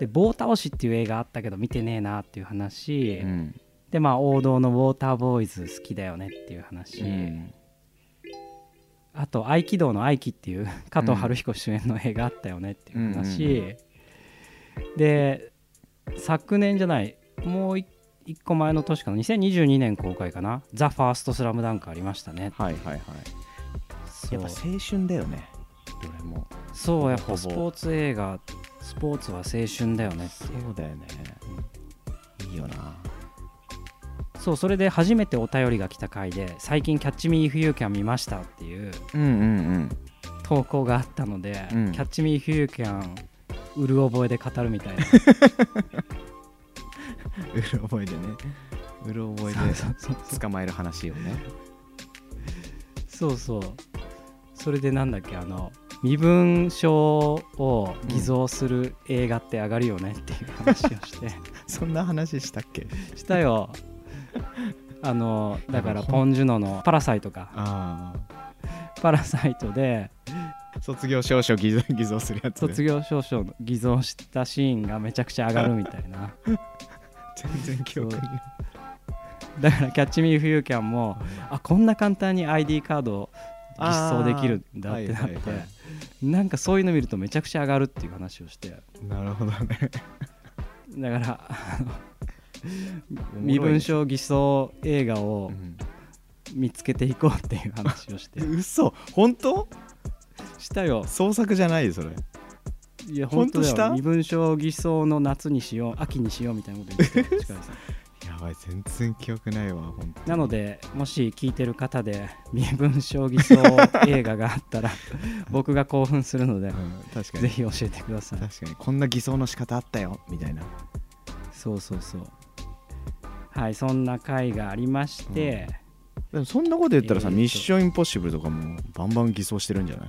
Speaker 1: で「棒倒し」っていう映画あったけど見てねえなっていう話、
Speaker 2: うん
Speaker 1: でまあ王道の「ウォーターボーイズ」好きだよねっていう話、
Speaker 2: うん
Speaker 1: あと合気道の合気っていう加藤晴彦主演の映画あったよねっていう話、
Speaker 2: うん
Speaker 1: で昨年じゃないもうい一個前の年かな2022年公開かな「ザ・ファーストスラムダンクありましたね
Speaker 3: はいはいはい
Speaker 1: そ
Speaker 2: や
Speaker 1: う
Speaker 2: っぱ青春だよねどれも
Speaker 1: そうやっぱス
Speaker 2: ほぼ
Speaker 1: ポーツ映画スポーツは青春だよねっていう
Speaker 2: そうだよねいいよな
Speaker 1: そうそれで初めてお便りが来た回で「最近キャッチ・ミー・フユーキャン見ました」っていう
Speaker 2: うんうん
Speaker 1: 投稿があったので、
Speaker 2: うん
Speaker 1: キャッチ・ミー・フユーキャンうる覚えで語るみたいな
Speaker 2: うんうる覚えでねうる覚え
Speaker 1: そう
Speaker 2: で捕まえる話を ね
Speaker 1: そうそうそれでなんだっけあの身分証を偽造する映画って上がるよねっていう話を して、
Speaker 2: そんな話したっけ
Speaker 1: したよあのだからポン・ジュノの「パラサイト」か
Speaker 2: あ
Speaker 1: 「パラサイト」で
Speaker 2: あ卒業証書偽造 偽造するやつ
Speaker 1: 卒業証書の偽造したシーンがめちゃくちゃ上がるみたい な
Speaker 2: 全然記憶にない
Speaker 1: だから「キャッチ・ミー・フユーキャンも」あこんな簡単に ID カードを実装できるんだってなっ
Speaker 2: あー
Speaker 1: て
Speaker 2: はいはいは
Speaker 1: なんかそういうの見るとめちゃくちゃ上がるっていう話をして。
Speaker 2: なるほどね
Speaker 1: だからあの身分証偽装映画を見つけていこうっていう話をして
Speaker 2: 嘘本当
Speaker 1: したよ
Speaker 2: 創作じゃないそれ
Speaker 1: いや
Speaker 2: ほ
Speaker 1: 本
Speaker 2: んと
Speaker 1: 当だ
Speaker 2: した
Speaker 1: よ身分証偽装の夏にしよう秋にしようみたいなこと言ってた近井さん
Speaker 2: やばい全然記憶ないわ本
Speaker 1: なのでもし聞いてる方で身分証偽装映画があった ら僕が興奮するので
Speaker 2: 当、うん、確か
Speaker 1: ぜ
Speaker 2: に
Speaker 1: ひ教えてください
Speaker 2: 確かにこんな偽装の仕方あったよみたいな
Speaker 1: そうそうそうはいそんな回がありまして、
Speaker 2: でもそんなこと言ったらさ、
Speaker 1: えーと
Speaker 2: ミッションインポッシブルとかもバンバン偽装してるんじゃない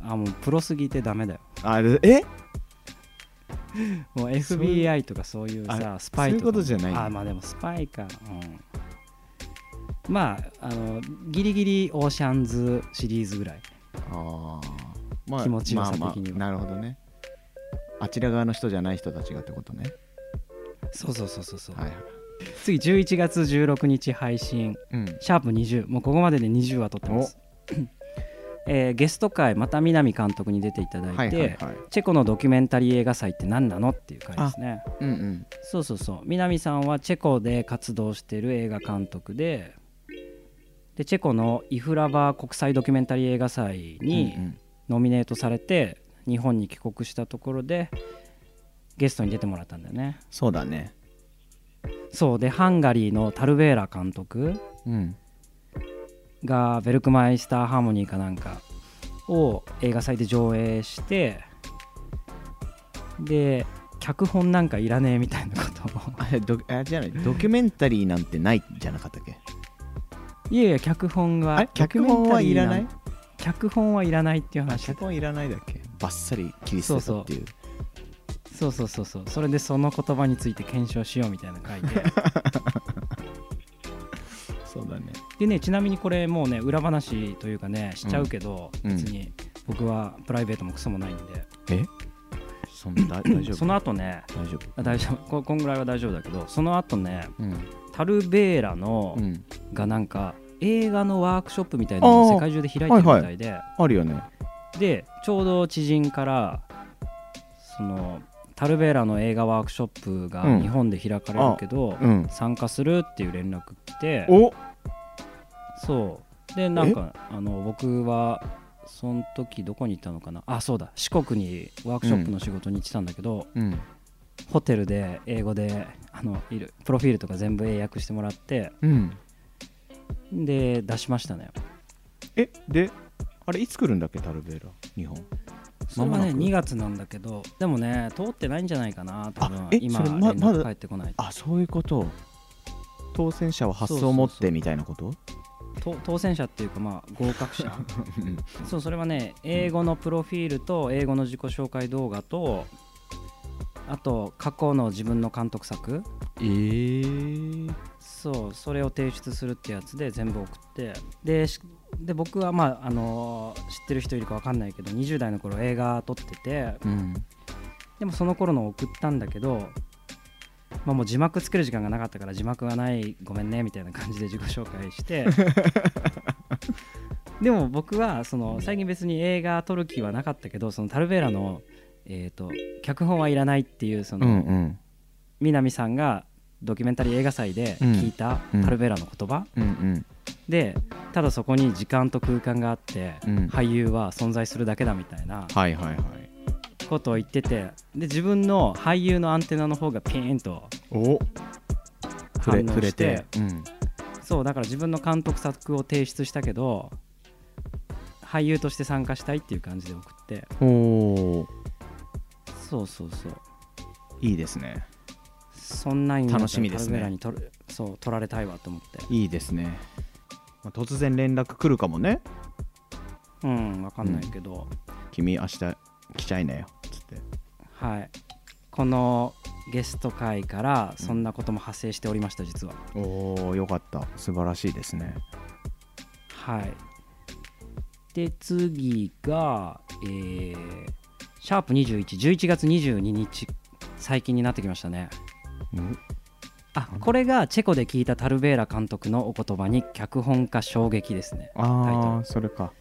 Speaker 1: あもうプロすぎてダメだよ
Speaker 2: あでえ
Speaker 1: もう
Speaker 2: そういう
Speaker 1: FBI とかそういうさ
Speaker 2: あ
Speaker 1: スパイとかも
Speaker 2: そういうことじゃない
Speaker 1: あまあでもスパイかうんまああのギリギリオーシャンズシリーズぐらい
Speaker 2: あま
Speaker 1: 気持ちよさ
Speaker 2: まあ
Speaker 1: 的には
Speaker 2: まあなるほどねあちら側の人じゃない人たちがってことね
Speaker 1: そうそうそうそうそう、
Speaker 2: はい
Speaker 1: 次11月16日配信
Speaker 2: うん
Speaker 1: シャープ20もうここまでで20は撮ってます、 えーゲスト会また南監督に出ていただいて、
Speaker 2: はいはいはい
Speaker 1: チェコのドキュメンタリー映画祭って何なのっていう回ですね
Speaker 2: うんうん
Speaker 1: そうそうそう南さんはチェコで活動してる映画監督ででチェコのイフラバー国際ドキュメンタリー映画祭
Speaker 2: うんう
Speaker 1: に
Speaker 2: ん
Speaker 1: ノミネートされて日本に帰国したところでゲストに出てもらったんだよね
Speaker 2: そうだね
Speaker 1: そうでハンガリーのタルベーラ監督
Speaker 2: うん
Speaker 1: がベルクマイスターハーモニーかなんかを映画祭で上映してで脚本なんかいらねえみたいなことを
Speaker 2: あれドあれじゃないドキュメンタリーなんてないじゃなかったっけ
Speaker 1: いやいや脚本は
Speaker 2: あれ脚本はいらない
Speaker 1: 脚本はいらないっていう
Speaker 2: あ
Speaker 1: 話
Speaker 2: 脚本いらないだっけバッサリ切り捨てたっていう
Speaker 1: そうそうそうそうそれでその言葉について検証しようみたいなの書い て
Speaker 3: そうだね
Speaker 1: でねちなみにこれもうね裏話というかねしちゃうけど、
Speaker 2: うん
Speaker 1: 別に僕はプライベートもクソもないんで、
Speaker 2: そんな大丈夫
Speaker 1: その後ね
Speaker 2: 大丈
Speaker 1: あ大丈夫ここんぐらいは大丈夫だけどその後ね
Speaker 2: 夫うん
Speaker 1: タルベーラの、
Speaker 2: うん
Speaker 1: がなんか映画のワークショップみたいなのを
Speaker 2: あー
Speaker 1: 世界中で開いてるみたいで、
Speaker 3: あるよね
Speaker 1: でちょうど知人からそのタルベーラの映画ワークショップが
Speaker 2: うん
Speaker 1: 日本で開かれるけど、
Speaker 2: うん
Speaker 1: 参加するっていう連絡来て
Speaker 3: お
Speaker 1: そうでなんかあの僕はその時どこに行ったのかなあそうだ四国にワークショップの仕事に行ってたんだけど、
Speaker 2: うん
Speaker 1: ホテルで英語であのいるプロフィールとか全部英訳してもらって
Speaker 2: うん
Speaker 1: で出しましたね
Speaker 3: えであれいつ来るんだっけタルベーラ日本
Speaker 1: それは
Speaker 3: 間もな
Speaker 1: ね
Speaker 3: く
Speaker 1: 2月なんだけどでもね通ってないんじゃないかな多分
Speaker 2: あえ
Speaker 1: 今
Speaker 2: それま
Speaker 1: 連
Speaker 2: ま
Speaker 1: 絡
Speaker 2: だ
Speaker 1: 返ってこない、
Speaker 2: あそういうこと当選者は発
Speaker 1: そうそうそう
Speaker 2: 想を持ってみたいなこと
Speaker 1: と当選者っていうかまあ合格者
Speaker 2: うん
Speaker 1: そうそれはね英語のプロフィールと英語の自己紹介動画とあと過去の自分の監督作
Speaker 2: えー
Speaker 1: そうそれを提出するってやつで全部送ってでしで僕はまああのー知ってる人いるか分かんないけど20代の頃映画撮ってて
Speaker 2: うん
Speaker 1: でもその頃の送ったんだけど、まあ、もう字幕つける時間がなかったから字幕がないごめんねみたいな感じで自己紹介して でも僕はその最近別に映画撮る気はなかったけどそのタルベーラの、えー、と脚本はいらないっていうその、
Speaker 2: うんうん
Speaker 1: 南さんがドキュメンタリー映画祭で聞いた
Speaker 2: うん
Speaker 1: タルベーラの言葉、
Speaker 2: うんうん
Speaker 1: でただそこに時間と空間があって、
Speaker 2: うん
Speaker 1: 俳優は存在するだけだみたいな
Speaker 3: はいはいはい
Speaker 1: ことを言っててで自分の俳優のアンテナの方がピーンと
Speaker 3: お
Speaker 1: 反応して
Speaker 2: 触れてうん
Speaker 1: そうだから自分の監督作を提出したけど俳優として参加したいっていう感じで送って
Speaker 2: おー
Speaker 1: そうそうそう
Speaker 3: いいですね
Speaker 1: そんなんに
Speaker 2: 楽しみですね
Speaker 1: カメラに撮るそう撮られたいわと思って
Speaker 3: いいですね、まあ突然連絡来るかもね
Speaker 1: うんわかんないけど、
Speaker 3: 君明日来ちゃいなよつって
Speaker 1: はいこのゲスト会からそんなことも派生しておりました実は
Speaker 3: おおよかった素晴らしいですね
Speaker 1: はいで次がえーシャープ21111月22日最近になってきましたねあこれがチェコで聞いたタルベーラ監督のお言葉に脚本家衝撃ですねタイト
Speaker 3: ああ
Speaker 1: ル
Speaker 3: それか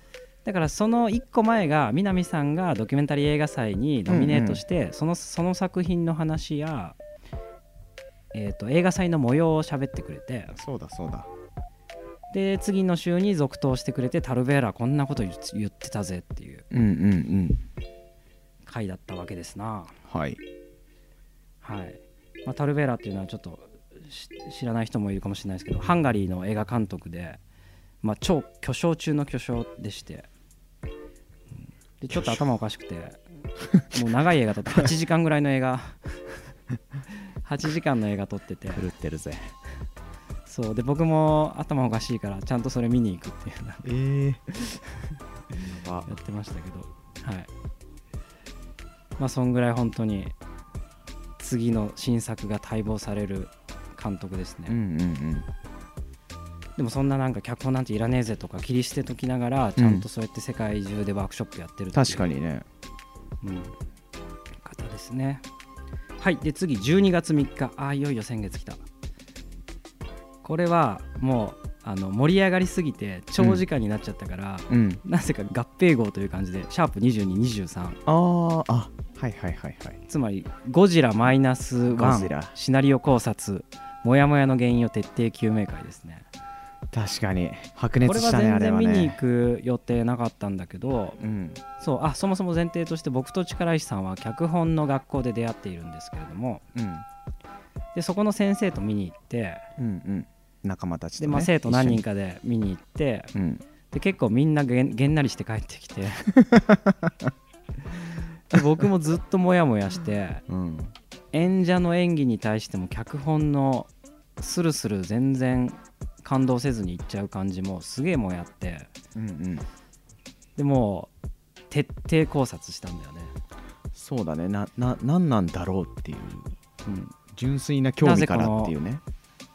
Speaker 1: だからその1個前が南さんがドキュメンタリー映画祭にノミネートして、そのその作品の話や、えー、と映画祭の模様を喋ってくれて
Speaker 3: そうだそうだ
Speaker 1: で次の週に続投してくれてタルベーラこんなこと言って言ってたぜっていう
Speaker 2: うんうんうん
Speaker 1: 回だったわけですな
Speaker 3: はい
Speaker 1: はい、まあ、タルベーラっていうのはちょっとし知らない人もいるかもしれないですけどハンガリーの映画監督で、まあ、超巨匠中の巨匠でしてうんでちょっと頭おかしくてもう長い映画撮って8時間ぐらいの映画8時間の映画撮ってて
Speaker 2: 狂ってるぜ
Speaker 1: そうで僕も頭おかしいからちゃんとそれ見に行くっていうのを
Speaker 2: えー
Speaker 1: やってましたけどはいまあそんぐらい本当に次の新作が待望される監督ですね、
Speaker 2: うんうんうん
Speaker 1: でもそんななんか脚本なんていらねえぜとか切り捨てときながらちゃんとそうやって世界中でワークショップやってるっていう
Speaker 3: 確かにね
Speaker 1: うん、方ですねはいで次12月3日あーいよいよ先月来たこれはもうあの盛り上がりすぎて長時間になっちゃったから、
Speaker 2: うん
Speaker 1: なぜか合併号という感じでシャープ2223
Speaker 2: あーあはいはいはいはい
Speaker 1: つまりゴジラマイナス
Speaker 2: ゴジラ
Speaker 1: 1シナリオ考察モヤモヤの原因を徹底究明会ですね
Speaker 2: 確かに
Speaker 1: こ
Speaker 2: 白
Speaker 1: れ
Speaker 2: 熱し
Speaker 1: は
Speaker 2: たね
Speaker 1: 全
Speaker 2: あれ
Speaker 1: 然
Speaker 2: は
Speaker 1: 見に行
Speaker 2: ね
Speaker 1: く予定なかったんだけど
Speaker 2: うん
Speaker 1: そうあそもそも前提として僕と力石さんは脚本の学校で出会っているんですけれども
Speaker 2: うん
Speaker 1: でそこの先生と見に行って
Speaker 2: うんうん仲間たちと、
Speaker 1: で、
Speaker 2: ね、
Speaker 1: まあ、生徒何人
Speaker 2: か、
Speaker 1: かで見に行って
Speaker 2: うん、
Speaker 1: で結構みんなげんげんなりして帰って きてで僕もずっとモヤモヤして
Speaker 2: うん、
Speaker 1: 演者の演技に対しても脚本のスルスル全然感動せずにいっちゃう感じもすげえもやって
Speaker 2: うんうん
Speaker 1: でもう徹底考察したんだよね、
Speaker 3: そうだねなな何なんだろうっていう
Speaker 1: うん、
Speaker 3: 純粋な興味からっていうね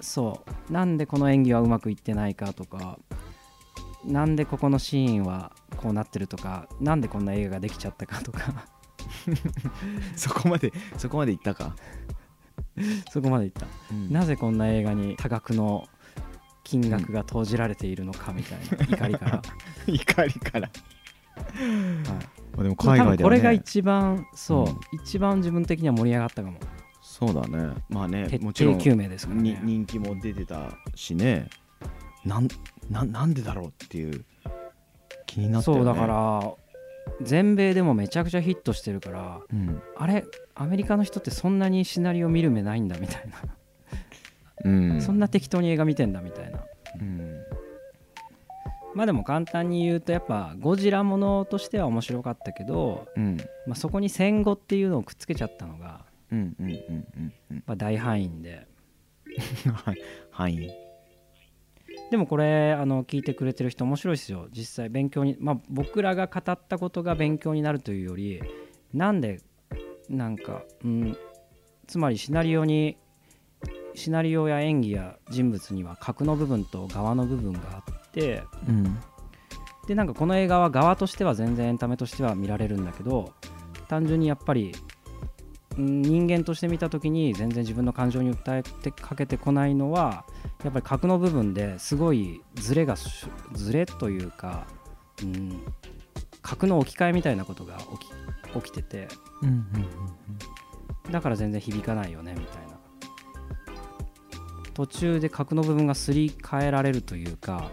Speaker 1: そうなんでこの演技はうまくいってないかとかなんでここのシーンはこうなってるとかなんでこんな映画ができちゃったかとか
Speaker 3: そこまでそこまでいったか、
Speaker 1: そこまでいったなぜこんな映画に多額の金額が投じられているのかみたいな怒りから、
Speaker 3: 怒りから
Speaker 1: はい
Speaker 3: でも海
Speaker 1: 多
Speaker 3: 外
Speaker 1: 分
Speaker 3: では、
Speaker 1: こ
Speaker 3: ね、
Speaker 1: れが一番そう、
Speaker 3: うん
Speaker 1: 一番自分的には盛り上がったかも
Speaker 3: そうだねまあね
Speaker 1: 徹
Speaker 3: もちろ
Speaker 1: 底
Speaker 3: ん
Speaker 1: 究明ですから
Speaker 3: に
Speaker 1: ね
Speaker 3: 人気も出てたしねなんなんなんでだろうっていう気になって、ね、
Speaker 1: そうだか、ら全米でもめちゃくちゃヒットしてるから
Speaker 3: うん
Speaker 1: あれアメリカの人ってそんなにシナリオ見る目ないんだみたいな、
Speaker 3: うん、
Speaker 1: そんな適当に映画見てんだみたいな
Speaker 3: うん
Speaker 1: まあでも簡単に言うとやっぱゴジラものとしては面白かったけど、
Speaker 3: うん
Speaker 1: まあ、そこに戦後っていうのをくっつけちゃったのがや
Speaker 3: うんうんうんうん
Speaker 1: っぱ大範囲で
Speaker 3: うんはい範囲
Speaker 1: でもこれあの聞いてくれてる人面白いですよ実際勉強にまあ僕らが語ったことが勉強になるというよりなんでなんか、うん、つまりシナリオにシナリオや演技や人物には角の部分と側の部分があって
Speaker 3: うん
Speaker 1: でなんかこの映画は側としては全然エンタメとしては見られるんだけど単純にやっぱり、うん、人間として見た時に全然自分の感情に訴えてかけてこないのはやっぱり格の部分ですごいズレがしズレというか、うん、格の置き換えみたいなことが起き起きてて
Speaker 3: うんうん
Speaker 1: だから全然響かないよねみたいな途中で格の部分がすり替えられるというか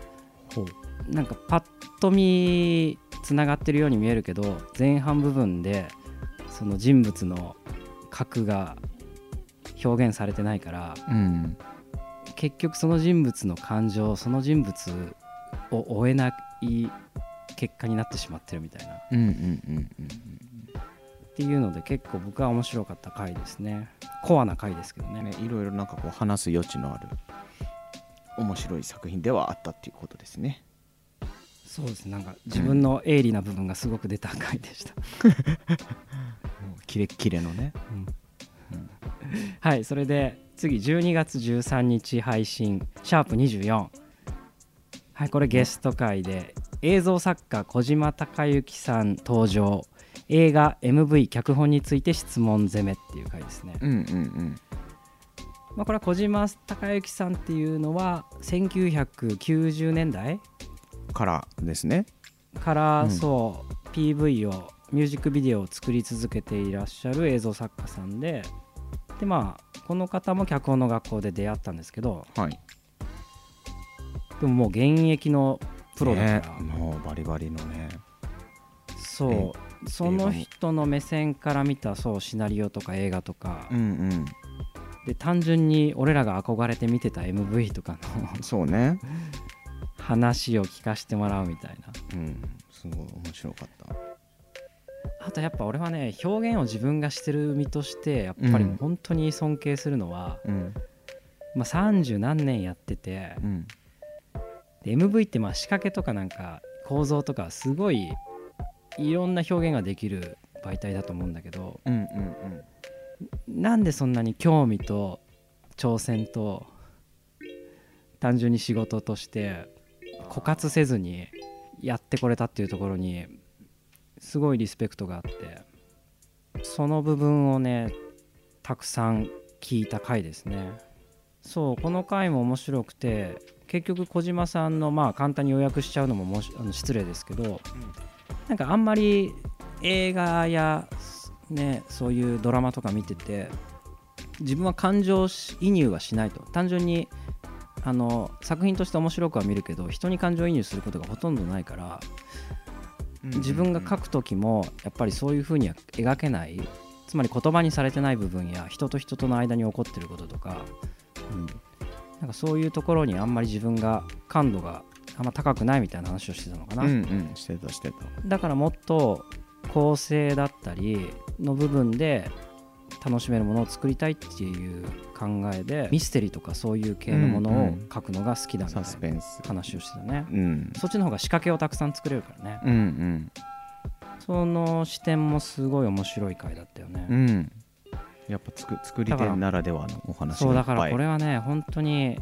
Speaker 3: ほう
Speaker 1: なんかパッと見つながってるように見えるけど前半部分でその人物の核が表現されてないから
Speaker 3: うん
Speaker 1: 結局その人物の感情その人物を追えない結果になってしまってるみたいなっ
Speaker 3: うんうんうんうん
Speaker 1: ていうので結構僕は面白かった回ですねコアな回ですけどね
Speaker 3: ね、いろいろなんかこう話す余地のある面白い作品ではあったっていうことですね。
Speaker 1: そうですなんか自分の鋭利な部分がすごく出た回でした、
Speaker 3: キレッキレのね。
Speaker 1: はいそれで次12月13日配信「シャープ #24」はいこれゲスト会で映像作家小島孝之さん登場映画 MV 脚本について質問攻めっていう回ですね、
Speaker 3: うんうん
Speaker 1: まあ、これは小島孝之さんっていうのは1990年代
Speaker 3: うん。からですね。
Speaker 1: から、
Speaker 3: うん
Speaker 1: そう PV をミュージックビデオを作り続けていらっしゃる映像作家さんででまあこの方も脚本の学校で出会ったんですけど
Speaker 3: はい。
Speaker 1: でももう現役のプロだから、
Speaker 3: ねもうバリバリのね。
Speaker 1: そうその人の目線から見たそうシナリオとか映画とか、
Speaker 3: ん
Speaker 1: で単純に俺らが憧れて見てた MV とかの
Speaker 3: うん。そうね。
Speaker 1: 話を聞かせてもらうみたいな
Speaker 3: うん。すごい面白かった。
Speaker 1: あとやっぱ俺はね表現を自分がしてる身としてやっぱり
Speaker 3: うん
Speaker 1: 本当に尊敬するのは、
Speaker 3: うん
Speaker 1: まあ、30何年やってて
Speaker 3: うん
Speaker 1: で MV ってまあ仕掛けとかなんか構造とかすごいいろんな表現ができる媒体だと思うんだけど
Speaker 3: うんうん
Speaker 1: なんでそんなに興味と挑戦と単純に仕事として枯渇せずにやってこれたっていうところにすごいリスペクトがあってその部分をねたくさん聞いた回ですねそうこの回も面白くて結局小島さんのまあ簡単に予約しちゃうのももしあの失礼ですけど、なんかあんまり映画やねそういうドラマとか見てて自分は感情移入はしないと単純にあの作品として面白くは見るけど人に感情移入することがほとんどないから
Speaker 3: うん。
Speaker 1: 自分が書く時もやっぱりそういう風には描けないつまり言葉にされてない部分や人と人との間に起こってることとか、うん、なんかそういうところにあんまり自分が感度があんま高くないみたいな話をしてたのかな。
Speaker 3: うんうんしてたしてた。
Speaker 1: だからもっと構成だったりの部分で楽しめるものを作りたいっていう考えでミステリーとかそういう系のも
Speaker 2: うん
Speaker 1: の
Speaker 2: う
Speaker 1: を
Speaker 2: ん
Speaker 1: 書くのが好きだみたい
Speaker 2: サ
Speaker 1: な
Speaker 2: スペンス
Speaker 1: 話をしてたね、
Speaker 2: うん
Speaker 1: そっちの方が仕掛けをたくさん作れるからね、
Speaker 2: うん
Speaker 1: その視点もすごい面白い回だったよね、
Speaker 2: うんうん
Speaker 3: やっぱつく作り手ならではのお話
Speaker 1: そ
Speaker 3: が
Speaker 1: う
Speaker 3: い
Speaker 1: だ
Speaker 3: っぱ
Speaker 1: か
Speaker 3: い
Speaker 1: らこれはね本当に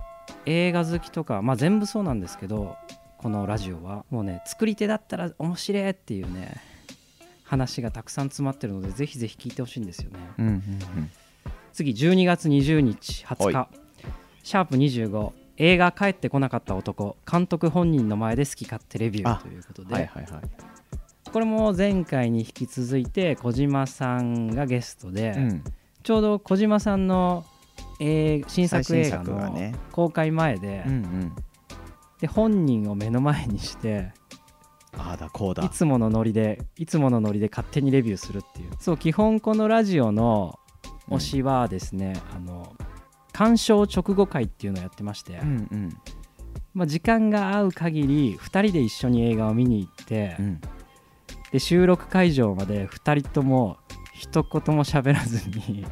Speaker 1: 映画好きとか、まあ、全部そうなんですけどこのラジオはもうね作り手だったら面白いっていうね話がたくさん詰まってるのでぜひぜひ聞いてほしいんですよね
Speaker 2: うんうんうん
Speaker 1: 次12月20日20
Speaker 3: は
Speaker 1: 日シャープ25映画「帰ってこなかった男」監督本人の前で好き勝手レビュ
Speaker 3: あ
Speaker 1: ーということで、
Speaker 3: はいはいはい
Speaker 1: これも前回に引き続いて小島さんがゲストで、
Speaker 2: うん
Speaker 1: ちょうど小島さんの、えー新作
Speaker 2: 最
Speaker 1: 映
Speaker 2: 新
Speaker 1: 画
Speaker 2: 作がね
Speaker 1: の公開前で,、
Speaker 2: うんうん
Speaker 1: で本人を目の前にして
Speaker 3: ああだこう
Speaker 1: い
Speaker 3: だ
Speaker 1: つものノリでいつものノリで勝手にレビューするっていうそう基本このラジオの推しはですね、あの鑑賞直後会っていうのをやってまして、
Speaker 2: うんうん
Speaker 1: まあ、時間が合う限り2人で一緒に映画を見に行って、
Speaker 2: うん
Speaker 1: で収録会場まで2人とも一言も喋らずに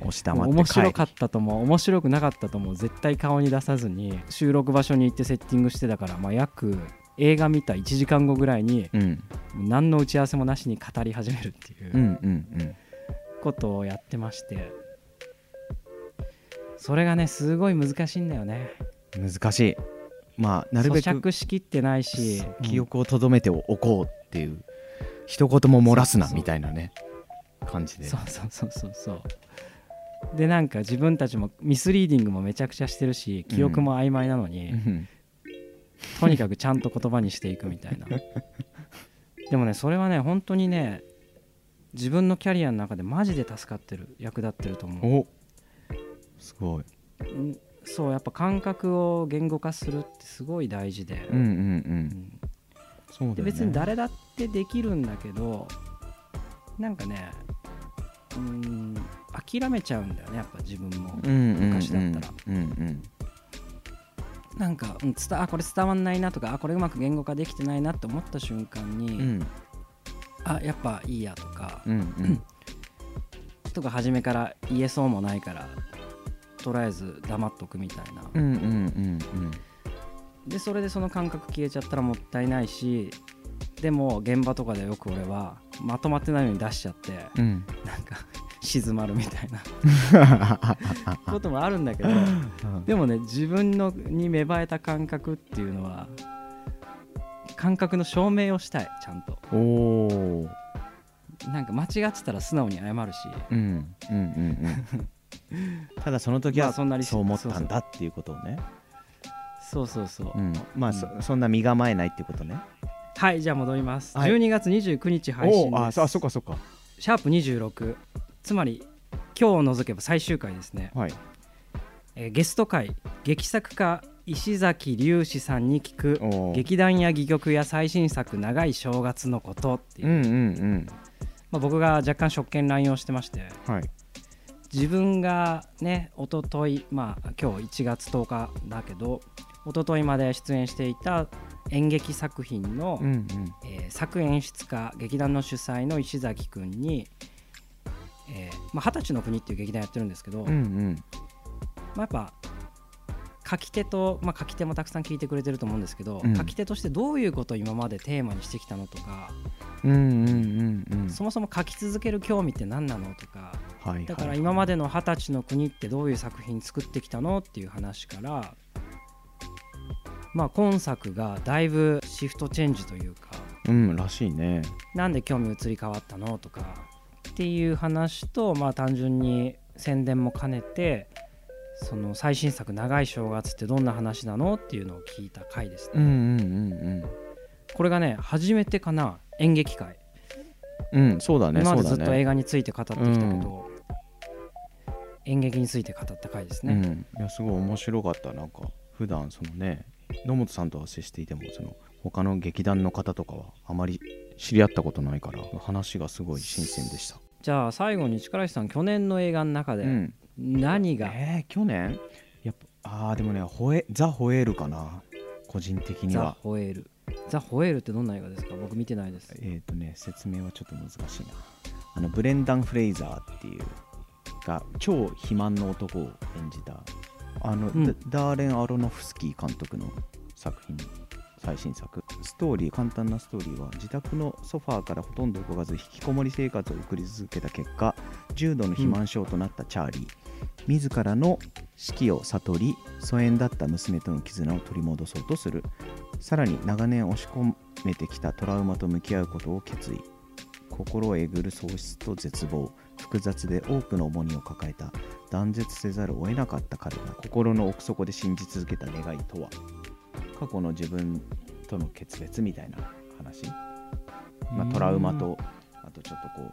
Speaker 2: 押し黙
Speaker 1: も
Speaker 2: っ
Speaker 1: う
Speaker 2: て
Speaker 1: 面
Speaker 2: 帰る
Speaker 1: 白かったとも面白くなかったとも絶対顔に出さずに収録場所に行ってセッティングしてたから、まあ、約映画見た1時間後ぐらいに
Speaker 2: うん
Speaker 1: もう何の打ち合わせもなしに語り始めるっていううん
Speaker 2: うん
Speaker 1: ことをやってまして、それがねすごい難しいんだよね
Speaker 2: うん難しい
Speaker 3: まあなるべ
Speaker 1: 咀
Speaker 3: く
Speaker 1: 嚼しきってないし
Speaker 3: 記憶をとどめておこうっていう一言も漏らすなみたいなね感じで
Speaker 1: そうそうそうそうそうでなんか自分たちもミスリーディングもめちゃくちゃしてるし記憶も曖昧なのに、
Speaker 2: うん
Speaker 1: とにかくちゃんと言葉にしていくみたいなでもねそれはね本当にね自分のキャリアの中でマジで助かってる役立ってると思
Speaker 3: おすごいう
Speaker 1: うんそうやっぱ感覚を言語化するってすごい大事で,
Speaker 2: うんう
Speaker 1: うん、
Speaker 2: ん
Speaker 3: そうだよ
Speaker 1: で
Speaker 3: ね
Speaker 1: 別に誰だってできるんだけどなんかねうん諦めちゃうんだよねやっぱ自分も、
Speaker 2: うんうんうん
Speaker 1: 昔だったら
Speaker 2: うんうん
Speaker 1: なんか、うん、伝あこれ伝わんないなとかあこれうまく言語化できてないなって思った瞬間に、
Speaker 2: うん
Speaker 1: あやっぱいいやとか、
Speaker 2: うんうん
Speaker 1: とか初めから言えそうもないからとりあえず黙っとくみたいな、
Speaker 2: うんうんうんうん
Speaker 1: でそれでその感覚消えちゃったらもったいないしでも現場とかでよく俺はまとまってないのに出しちゃって
Speaker 2: うん
Speaker 1: なんか 静まるみたいな こともあるんだけどでもね自分のに芽生えた感覚っていうのは感覚の証明をしたいちゃんと
Speaker 3: おおー
Speaker 1: なんか間違ってたら素直に謝るし
Speaker 2: うんうんうん
Speaker 3: ただその時
Speaker 1: まあ
Speaker 3: は
Speaker 1: そんなリス
Speaker 3: そう思ったんだっていうことをね
Speaker 1: そうそうそう、
Speaker 2: うん
Speaker 3: まあそそんな身構えないってことね
Speaker 1: はいじゃあ戻ります、
Speaker 3: はい
Speaker 1: 12月29日配信です
Speaker 3: あそっかそっか
Speaker 1: シャープ26つまり今日を除けば最終回ですね、
Speaker 3: はい
Speaker 1: えーゲスト会劇作家石崎隆志さんに聞く
Speaker 2: おー
Speaker 1: 劇団や戯曲や最新作「長い正月のこと」っていう、
Speaker 2: うんうんうん
Speaker 1: まあ、僕が若干職権乱用してまして
Speaker 3: はい
Speaker 1: 自分がね一昨日まあ今日1月10日だけど一昨日まで出演していた演劇作品の、
Speaker 2: うん
Speaker 1: えー作演出家劇団の主催の石崎くんに「えーまあ、20歳の国」っていう劇団やってるんですけど、
Speaker 2: うんうん
Speaker 1: まあ、やっぱ書き手と、まあ、書き手もたくさん聞いてくれてると思うんですけど、
Speaker 2: うん
Speaker 1: 書き手としてどういうことを今までテーマにしてきたのとか、
Speaker 2: うんうんうん
Speaker 1: そもそも書き続ける興味って何なのとか
Speaker 3: はい
Speaker 1: だから今までの「二十歳の国」ってどういう作品作ってきたのっていう話から、まあ、今作がだいぶシフトチェンジというか。
Speaker 3: うんらしいね
Speaker 1: なんで興味移り変わったのとかっていう話とまあ単純に宣伝も兼ねてその最新作「長い正月」ってどんな話なのっていうのを聞いた回ですね、
Speaker 2: うんうんうん
Speaker 1: これがね初めてかな演劇界
Speaker 2: うんうんそうだね
Speaker 1: 今ま
Speaker 2: そう
Speaker 1: で
Speaker 2: だ
Speaker 1: ずっと映
Speaker 2: ね
Speaker 1: 画について語ってきたけど、演劇について語った回です
Speaker 2: う
Speaker 1: ね、
Speaker 2: ん
Speaker 3: いやすごい面白かったなんか普段そのね野本さんとは接していてもその他の劇団の方とかはあまり知り合ったことないから話がすごい新鮮でした
Speaker 1: じゃあ最後に力石さん去年の映画の中
Speaker 2: う
Speaker 1: で
Speaker 2: ん
Speaker 1: 何が、
Speaker 3: えー、去年やっぱあーでもねホエザ・ホエールかな個人的に
Speaker 1: ザ・
Speaker 3: は
Speaker 1: ホエールザ・ホエールってどんな映画ですか僕見てないです
Speaker 3: えっ、とね説明はちょっと難しいな
Speaker 2: あのブレンダン・フレイザーっていうが超肥満の男を演じたあの、
Speaker 1: うん
Speaker 2: ダダーレン・アロノフスキー監督の作品最新作ストーリー簡単なストーリーは自宅のソファーからほとんど動かず引きこもり生活を送り続けた結果重度の肥満症となったチャーリー、自らの死期を悟り疎遠だった娘との絆を取り戻そうとするさらに長年押し込めてきたトラウマと向き合うことを決意心えぐる喪失と絶望複雑で多くの重荷を抱えた断絶せざるを得なかった彼が心の奥底で信じ続けた願いとは過去の自分との決別みたいな話、まあ、トラウマとあとちょっとこ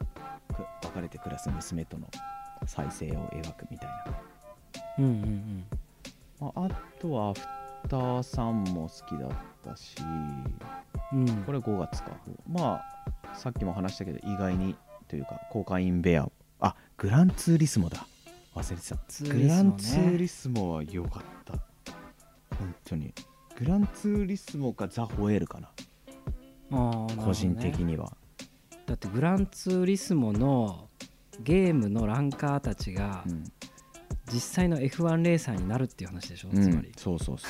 Speaker 2: うく別れて暮らす娘との再生を描くみたいな
Speaker 1: うんうんうん
Speaker 2: まあ、あとはアフターさんも好きだったし
Speaker 1: うん
Speaker 2: これ5月かまあさっきも話したけど意外にというか公開インベアあグランツーリスモだ忘れてた
Speaker 1: ツ
Speaker 3: グランツ
Speaker 1: ね
Speaker 3: ーリスモは良かった
Speaker 2: 本当にグランツーリスモかザ・ホエールかな
Speaker 1: あー
Speaker 2: 個人
Speaker 1: なるほどね
Speaker 2: 的には
Speaker 1: だってグランツーリスモのゲームのランカーたちが
Speaker 2: うん
Speaker 1: 実際の F1 レーサーになるっていう話でしょ、
Speaker 2: うん
Speaker 1: つまり
Speaker 3: そうそうそ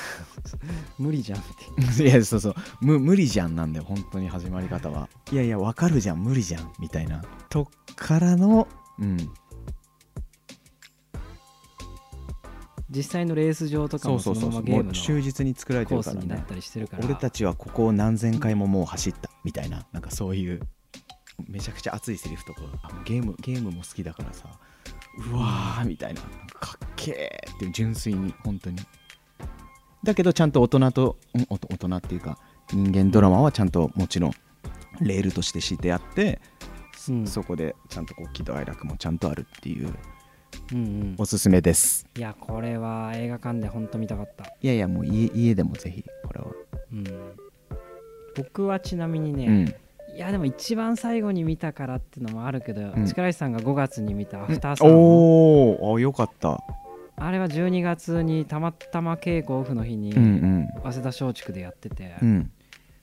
Speaker 1: 無理じゃんって
Speaker 2: いやそう そうむ無理じゃんなんだよ本当に始まり方はいやいやわかるじゃん無理じゃんみたいなとっからのうん
Speaker 1: 実際のレース場とか
Speaker 2: そ
Speaker 1: も
Speaker 2: うそ
Speaker 1: そうの
Speaker 2: そ
Speaker 1: まま
Speaker 2: うそう
Speaker 1: ゲ
Speaker 2: も
Speaker 1: ームの
Speaker 2: う忠実に作られて
Speaker 1: コ
Speaker 2: る
Speaker 1: ー
Speaker 2: か
Speaker 1: ス
Speaker 2: ら
Speaker 1: にな
Speaker 2: ね
Speaker 1: ったりしてるから
Speaker 2: 俺たちはここを何千回ももう走ったみたいななんかそういうめちゃくちゃ熱いセリフとかあもうゲームゲームも好きだからさうわーみたいななんかかっけーって純粋に本当にだけどちゃんと大人とんおと大人っていうか人間ドラマはちゃんともちろんレールとして敷いてあって、そ
Speaker 1: うん
Speaker 2: そこでちゃんとこう喜怒哀楽もちゃんとあるっていう
Speaker 1: うんうん
Speaker 2: おすすめです
Speaker 1: いやこれは映画館でほんと見たかった、
Speaker 2: いやいやもう家家でもぜひこれは、
Speaker 1: うん、僕はちなみにね、
Speaker 2: うん
Speaker 1: いやでも一番最後に見たからってのもあるけど、
Speaker 2: うん
Speaker 1: 力石さんが5月に見たアフターさんも
Speaker 2: おおよかった
Speaker 1: あれは12月にたまたま稽古オフの日に、
Speaker 2: うん
Speaker 1: 早稲田松竹でやってて、
Speaker 2: うんうん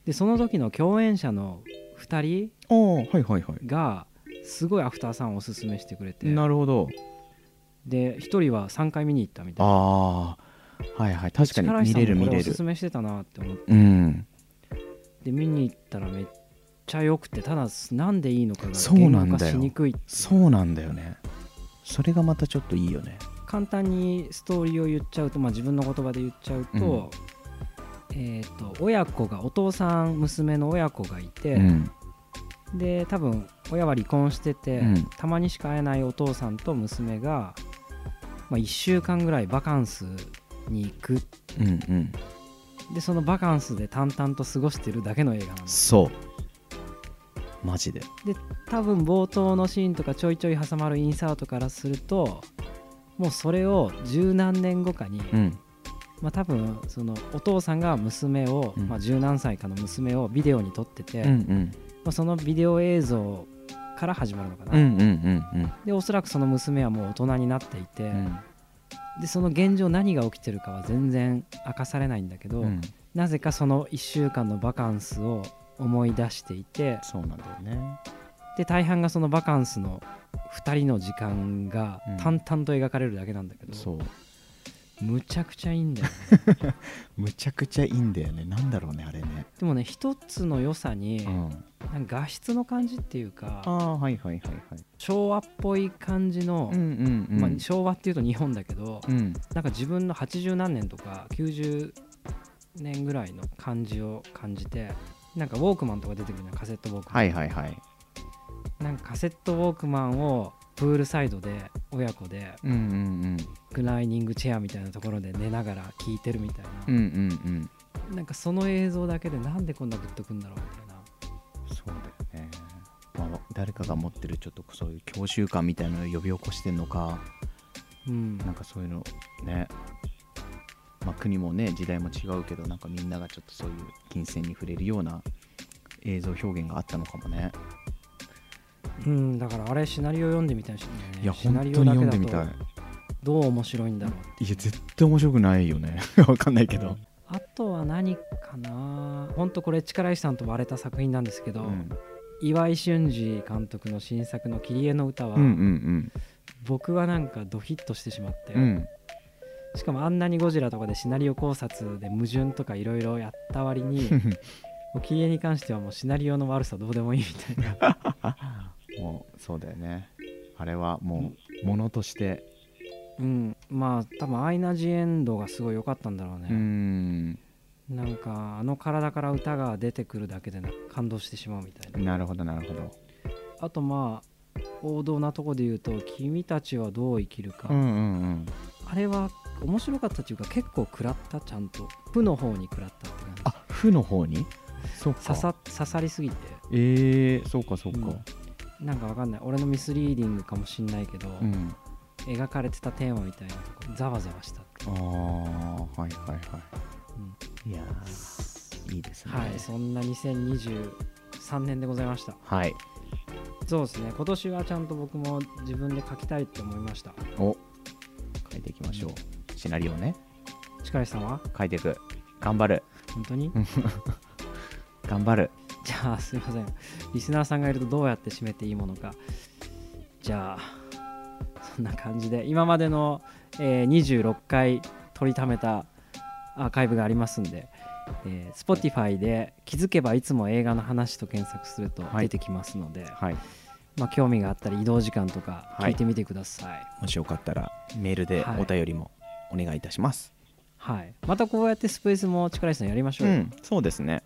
Speaker 1: でその時の共演者の2人
Speaker 2: おはいはいは
Speaker 1: がすごいアフターさんをおすすめしてくれて
Speaker 2: なるほど
Speaker 1: で1人は3回見に行ったみたいな
Speaker 2: ああはいはい確かに
Speaker 1: 力石
Speaker 2: 見
Speaker 1: さん
Speaker 2: れる
Speaker 1: も
Speaker 2: 見
Speaker 1: これ
Speaker 2: れ
Speaker 1: おす
Speaker 2: る
Speaker 1: すめしてたなって思って
Speaker 2: うん
Speaker 1: で見に行ったらめっちゃ良くてただなんでいいのかが
Speaker 2: そうなんだよ
Speaker 1: 言語化しにくいっていう
Speaker 2: そうなんだよねそれがまたちょっといいよね
Speaker 1: 簡単にストーリーを言っちゃうと、まあ、自分の言葉で言っちゃうと,、えー、と親子がお父さん娘の親子がいて、
Speaker 2: うん
Speaker 1: で多分親は離婚してて、
Speaker 2: うん
Speaker 1: たまにしか会えないお父さんと娘が、まあ、1週間ぐらいバカンスに行く
Speaker 2: うんうん
Speaker 1: でそのバカンスで淡々と過ごしてるだけの映画なんです
Speaker 2: そうマジで
Speaker 1: 多分冒頭のシーンとかちょいちょい挟まるインサートからするともうそれを十何年後かに、
Speaker 2: ん
Speaker 1: まあ、多分そのお父さんが娘を、
Speaker 2: うん
Speaker 1: まあ、十何歳かの娘をビデオに撮ってて、
Speaker 2: うんうん
Speaker 1: まあ、そのビデオ映像から始まるのか
Speaker 2: う
Speaker 1: な、
Speaker 2: んうんうん
Speaker 1: でおそらくその娘はもう大人になっていて、
Speaker 2: うん
Speaker 1: でその現状何が起きてるかは全然明かされないんだけど、
Speaker 2: うん
Speaker 1: なぜかその1週間のバカンスを思い出していて
Speaker 2: そうなんだよね
Speaker 1: で大半がそのバカンスの2人の時間が
Speaker 2: うん
Speaker 1: 淡々と描かれるだけなんだけど、
Speaker 2: そう
Speaker 1: むちゃくちゃいいんだ よね
Speaker 2: むちゃくちゃいいんだよねなんだろうねあれね
Speaker 1: でもね一つの良さに、
Speaker 2: うん
Speaker 1: なんか画質の感じっていうか
Speaker 2: ああはいはいはいはい
Speaker 1: 昭和っぽい感じの、
Speaker 2: ん
Speaker 1: まあ、昭和っていうと日本だけど、
Speaker 2: うん
Speaker 1: なんか自分の80何年とか90年ぐらいの感じを感じてなんかウォークマンとか出てくるのカセットウォークマン、
Speaker 2: はいはいはい
Speaker 1: なんかカセットウォークマンをプールサイドで親子で
Speaker 2: うんうん
Speaker 1: グライニングチェアみたいなところで寝ながら聴いてるみたいな、
Speaker 2: うんうんうん
Speaker 1: なんかその映像だけでなんでこんなグッとくんだろうみたいな
Speaker 2: そうだよね、まあ、誰かが持ってるちょっとそういう教習感みたいなのを呼び起こしてんのか
Speaker 1: うん
Speaker 2: なんかそういうのねまあ国もね時代も違うけどなんかみんながちょっとそういう金銭に触れるような映像表現があったのかもね
Speaker 1: うん、だからあれシナリオ読んでみたいしねシナリオだけだとどう面白いんだろう
Speaker 2: いや絶対面白くないよねわかんないけど、
Speaker 1: あとは何かなほんとこれ力石さんと割れた作品なんですけど、
Speaker 2: うん
Speaker 1: い岩井俊二監督の新作の「切り絵の歌は」
Speaker 2: うんうん
Speaker 1: 僕はなんかドヒットしてしまって、
Speaker 2: うんうん
Speaker 1: しかもあんなにゴジラとかでシナリオ考察で矛盾とかいろいろやった割 にもう切り絵に関してはもうシナリオの悪さどうでもいいみたいな
Speaker 2: もうそうだよねあれはもうものとして
Speaker 1: うんまあ多分アイナ・ジ・エンドがすごい良かったんだろう
Speaker 2: うー
Speaker 1: ね、
Speaker 2: ん
Speaker 1: なんかあの体から歌が出てくるだけでな感動してしまうみたいな
Speaker 2: なるほどなるほど
Speaker 1: あとまあ王道なとこで言うと「君たちはどう生きるか」
Speaker 2: うんうんうん
Speaker 1: あれは面白かったっていうか結構食らったちゃんと負の方に食らったって感じ
Speaker 2: あ負の方にそうか
Speaker 1: 刺さ刺さりすぎて
Speaker 3: えー、そうかそうか、
Speaker 1: うんなんかわかんない俺のミスリーディングかもしんないけど、
Speaker 2: うん
Speaker 1: 描かれてたテーマみたいなとこざわざわしたって
Speaker 3: ああはいはいはい
Speaker 2: いやーいいですね
Speaker 1: はいそんな2023年でございました
Speaker 2: はい
Speaker 1: そうですね今年はちゃんと僕も自分で書きたいって思いました
Speaker 2: お書いていきましょうシナリオね
Speaker 1: 力石さんは
Speaker 2: 書いていく頑張る
Speaker 1: 本当に
Speaker 2: 頑張る
Speaker 1: じゃあすいませんリスナーさんがいるとどうやって締めていいものかじゃあそんな感じで今までの、えー26回取りためたアーカイブがありますんで、えー Spotify で気づけばいつも映画の話と検索すると出てきますので、
Speaker 3: はい
Speaker 1: まあ、興味があったり移動時間とか
Speaker 2: は
Speaker 1: 聞
Speaker 2: い
Speaker 1: いてみてください、
Speaker 2: もしよかったらメールで
Speaker 1: はい
Speaker 2: お便りもお願いいたします、
Speaker 1: はいまたこうやってスペースも力石さんやりましょうよ、
Speaker 2: うんそうですね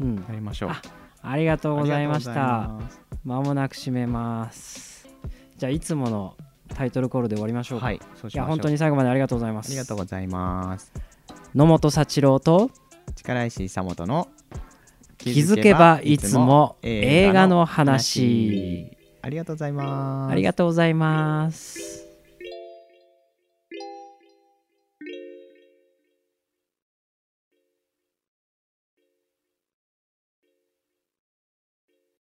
Speaker 1: うん
Speaker 3: やりましょう
Speaker 1: あありがとうございまし
Speaker 3: あり
Speaker 1: た
Speaker 3: がとうございます
Speaker 1: まもなく締めますじゃあいつものタイトルコールで終わりましょうか、
Speaker 2: はい
Speaker 3: そうしましょう
Speaker 1: いや本当に最後までありがとうございます
Speaker 2: ありがとうございます
Speaker 1: 野本幸郎と
Speaker 2: 力石久本の
Speaker 1: 気づけばいつも映画の話
Speaker 2: ありがとうございます
Speaker 1: ありがとうございます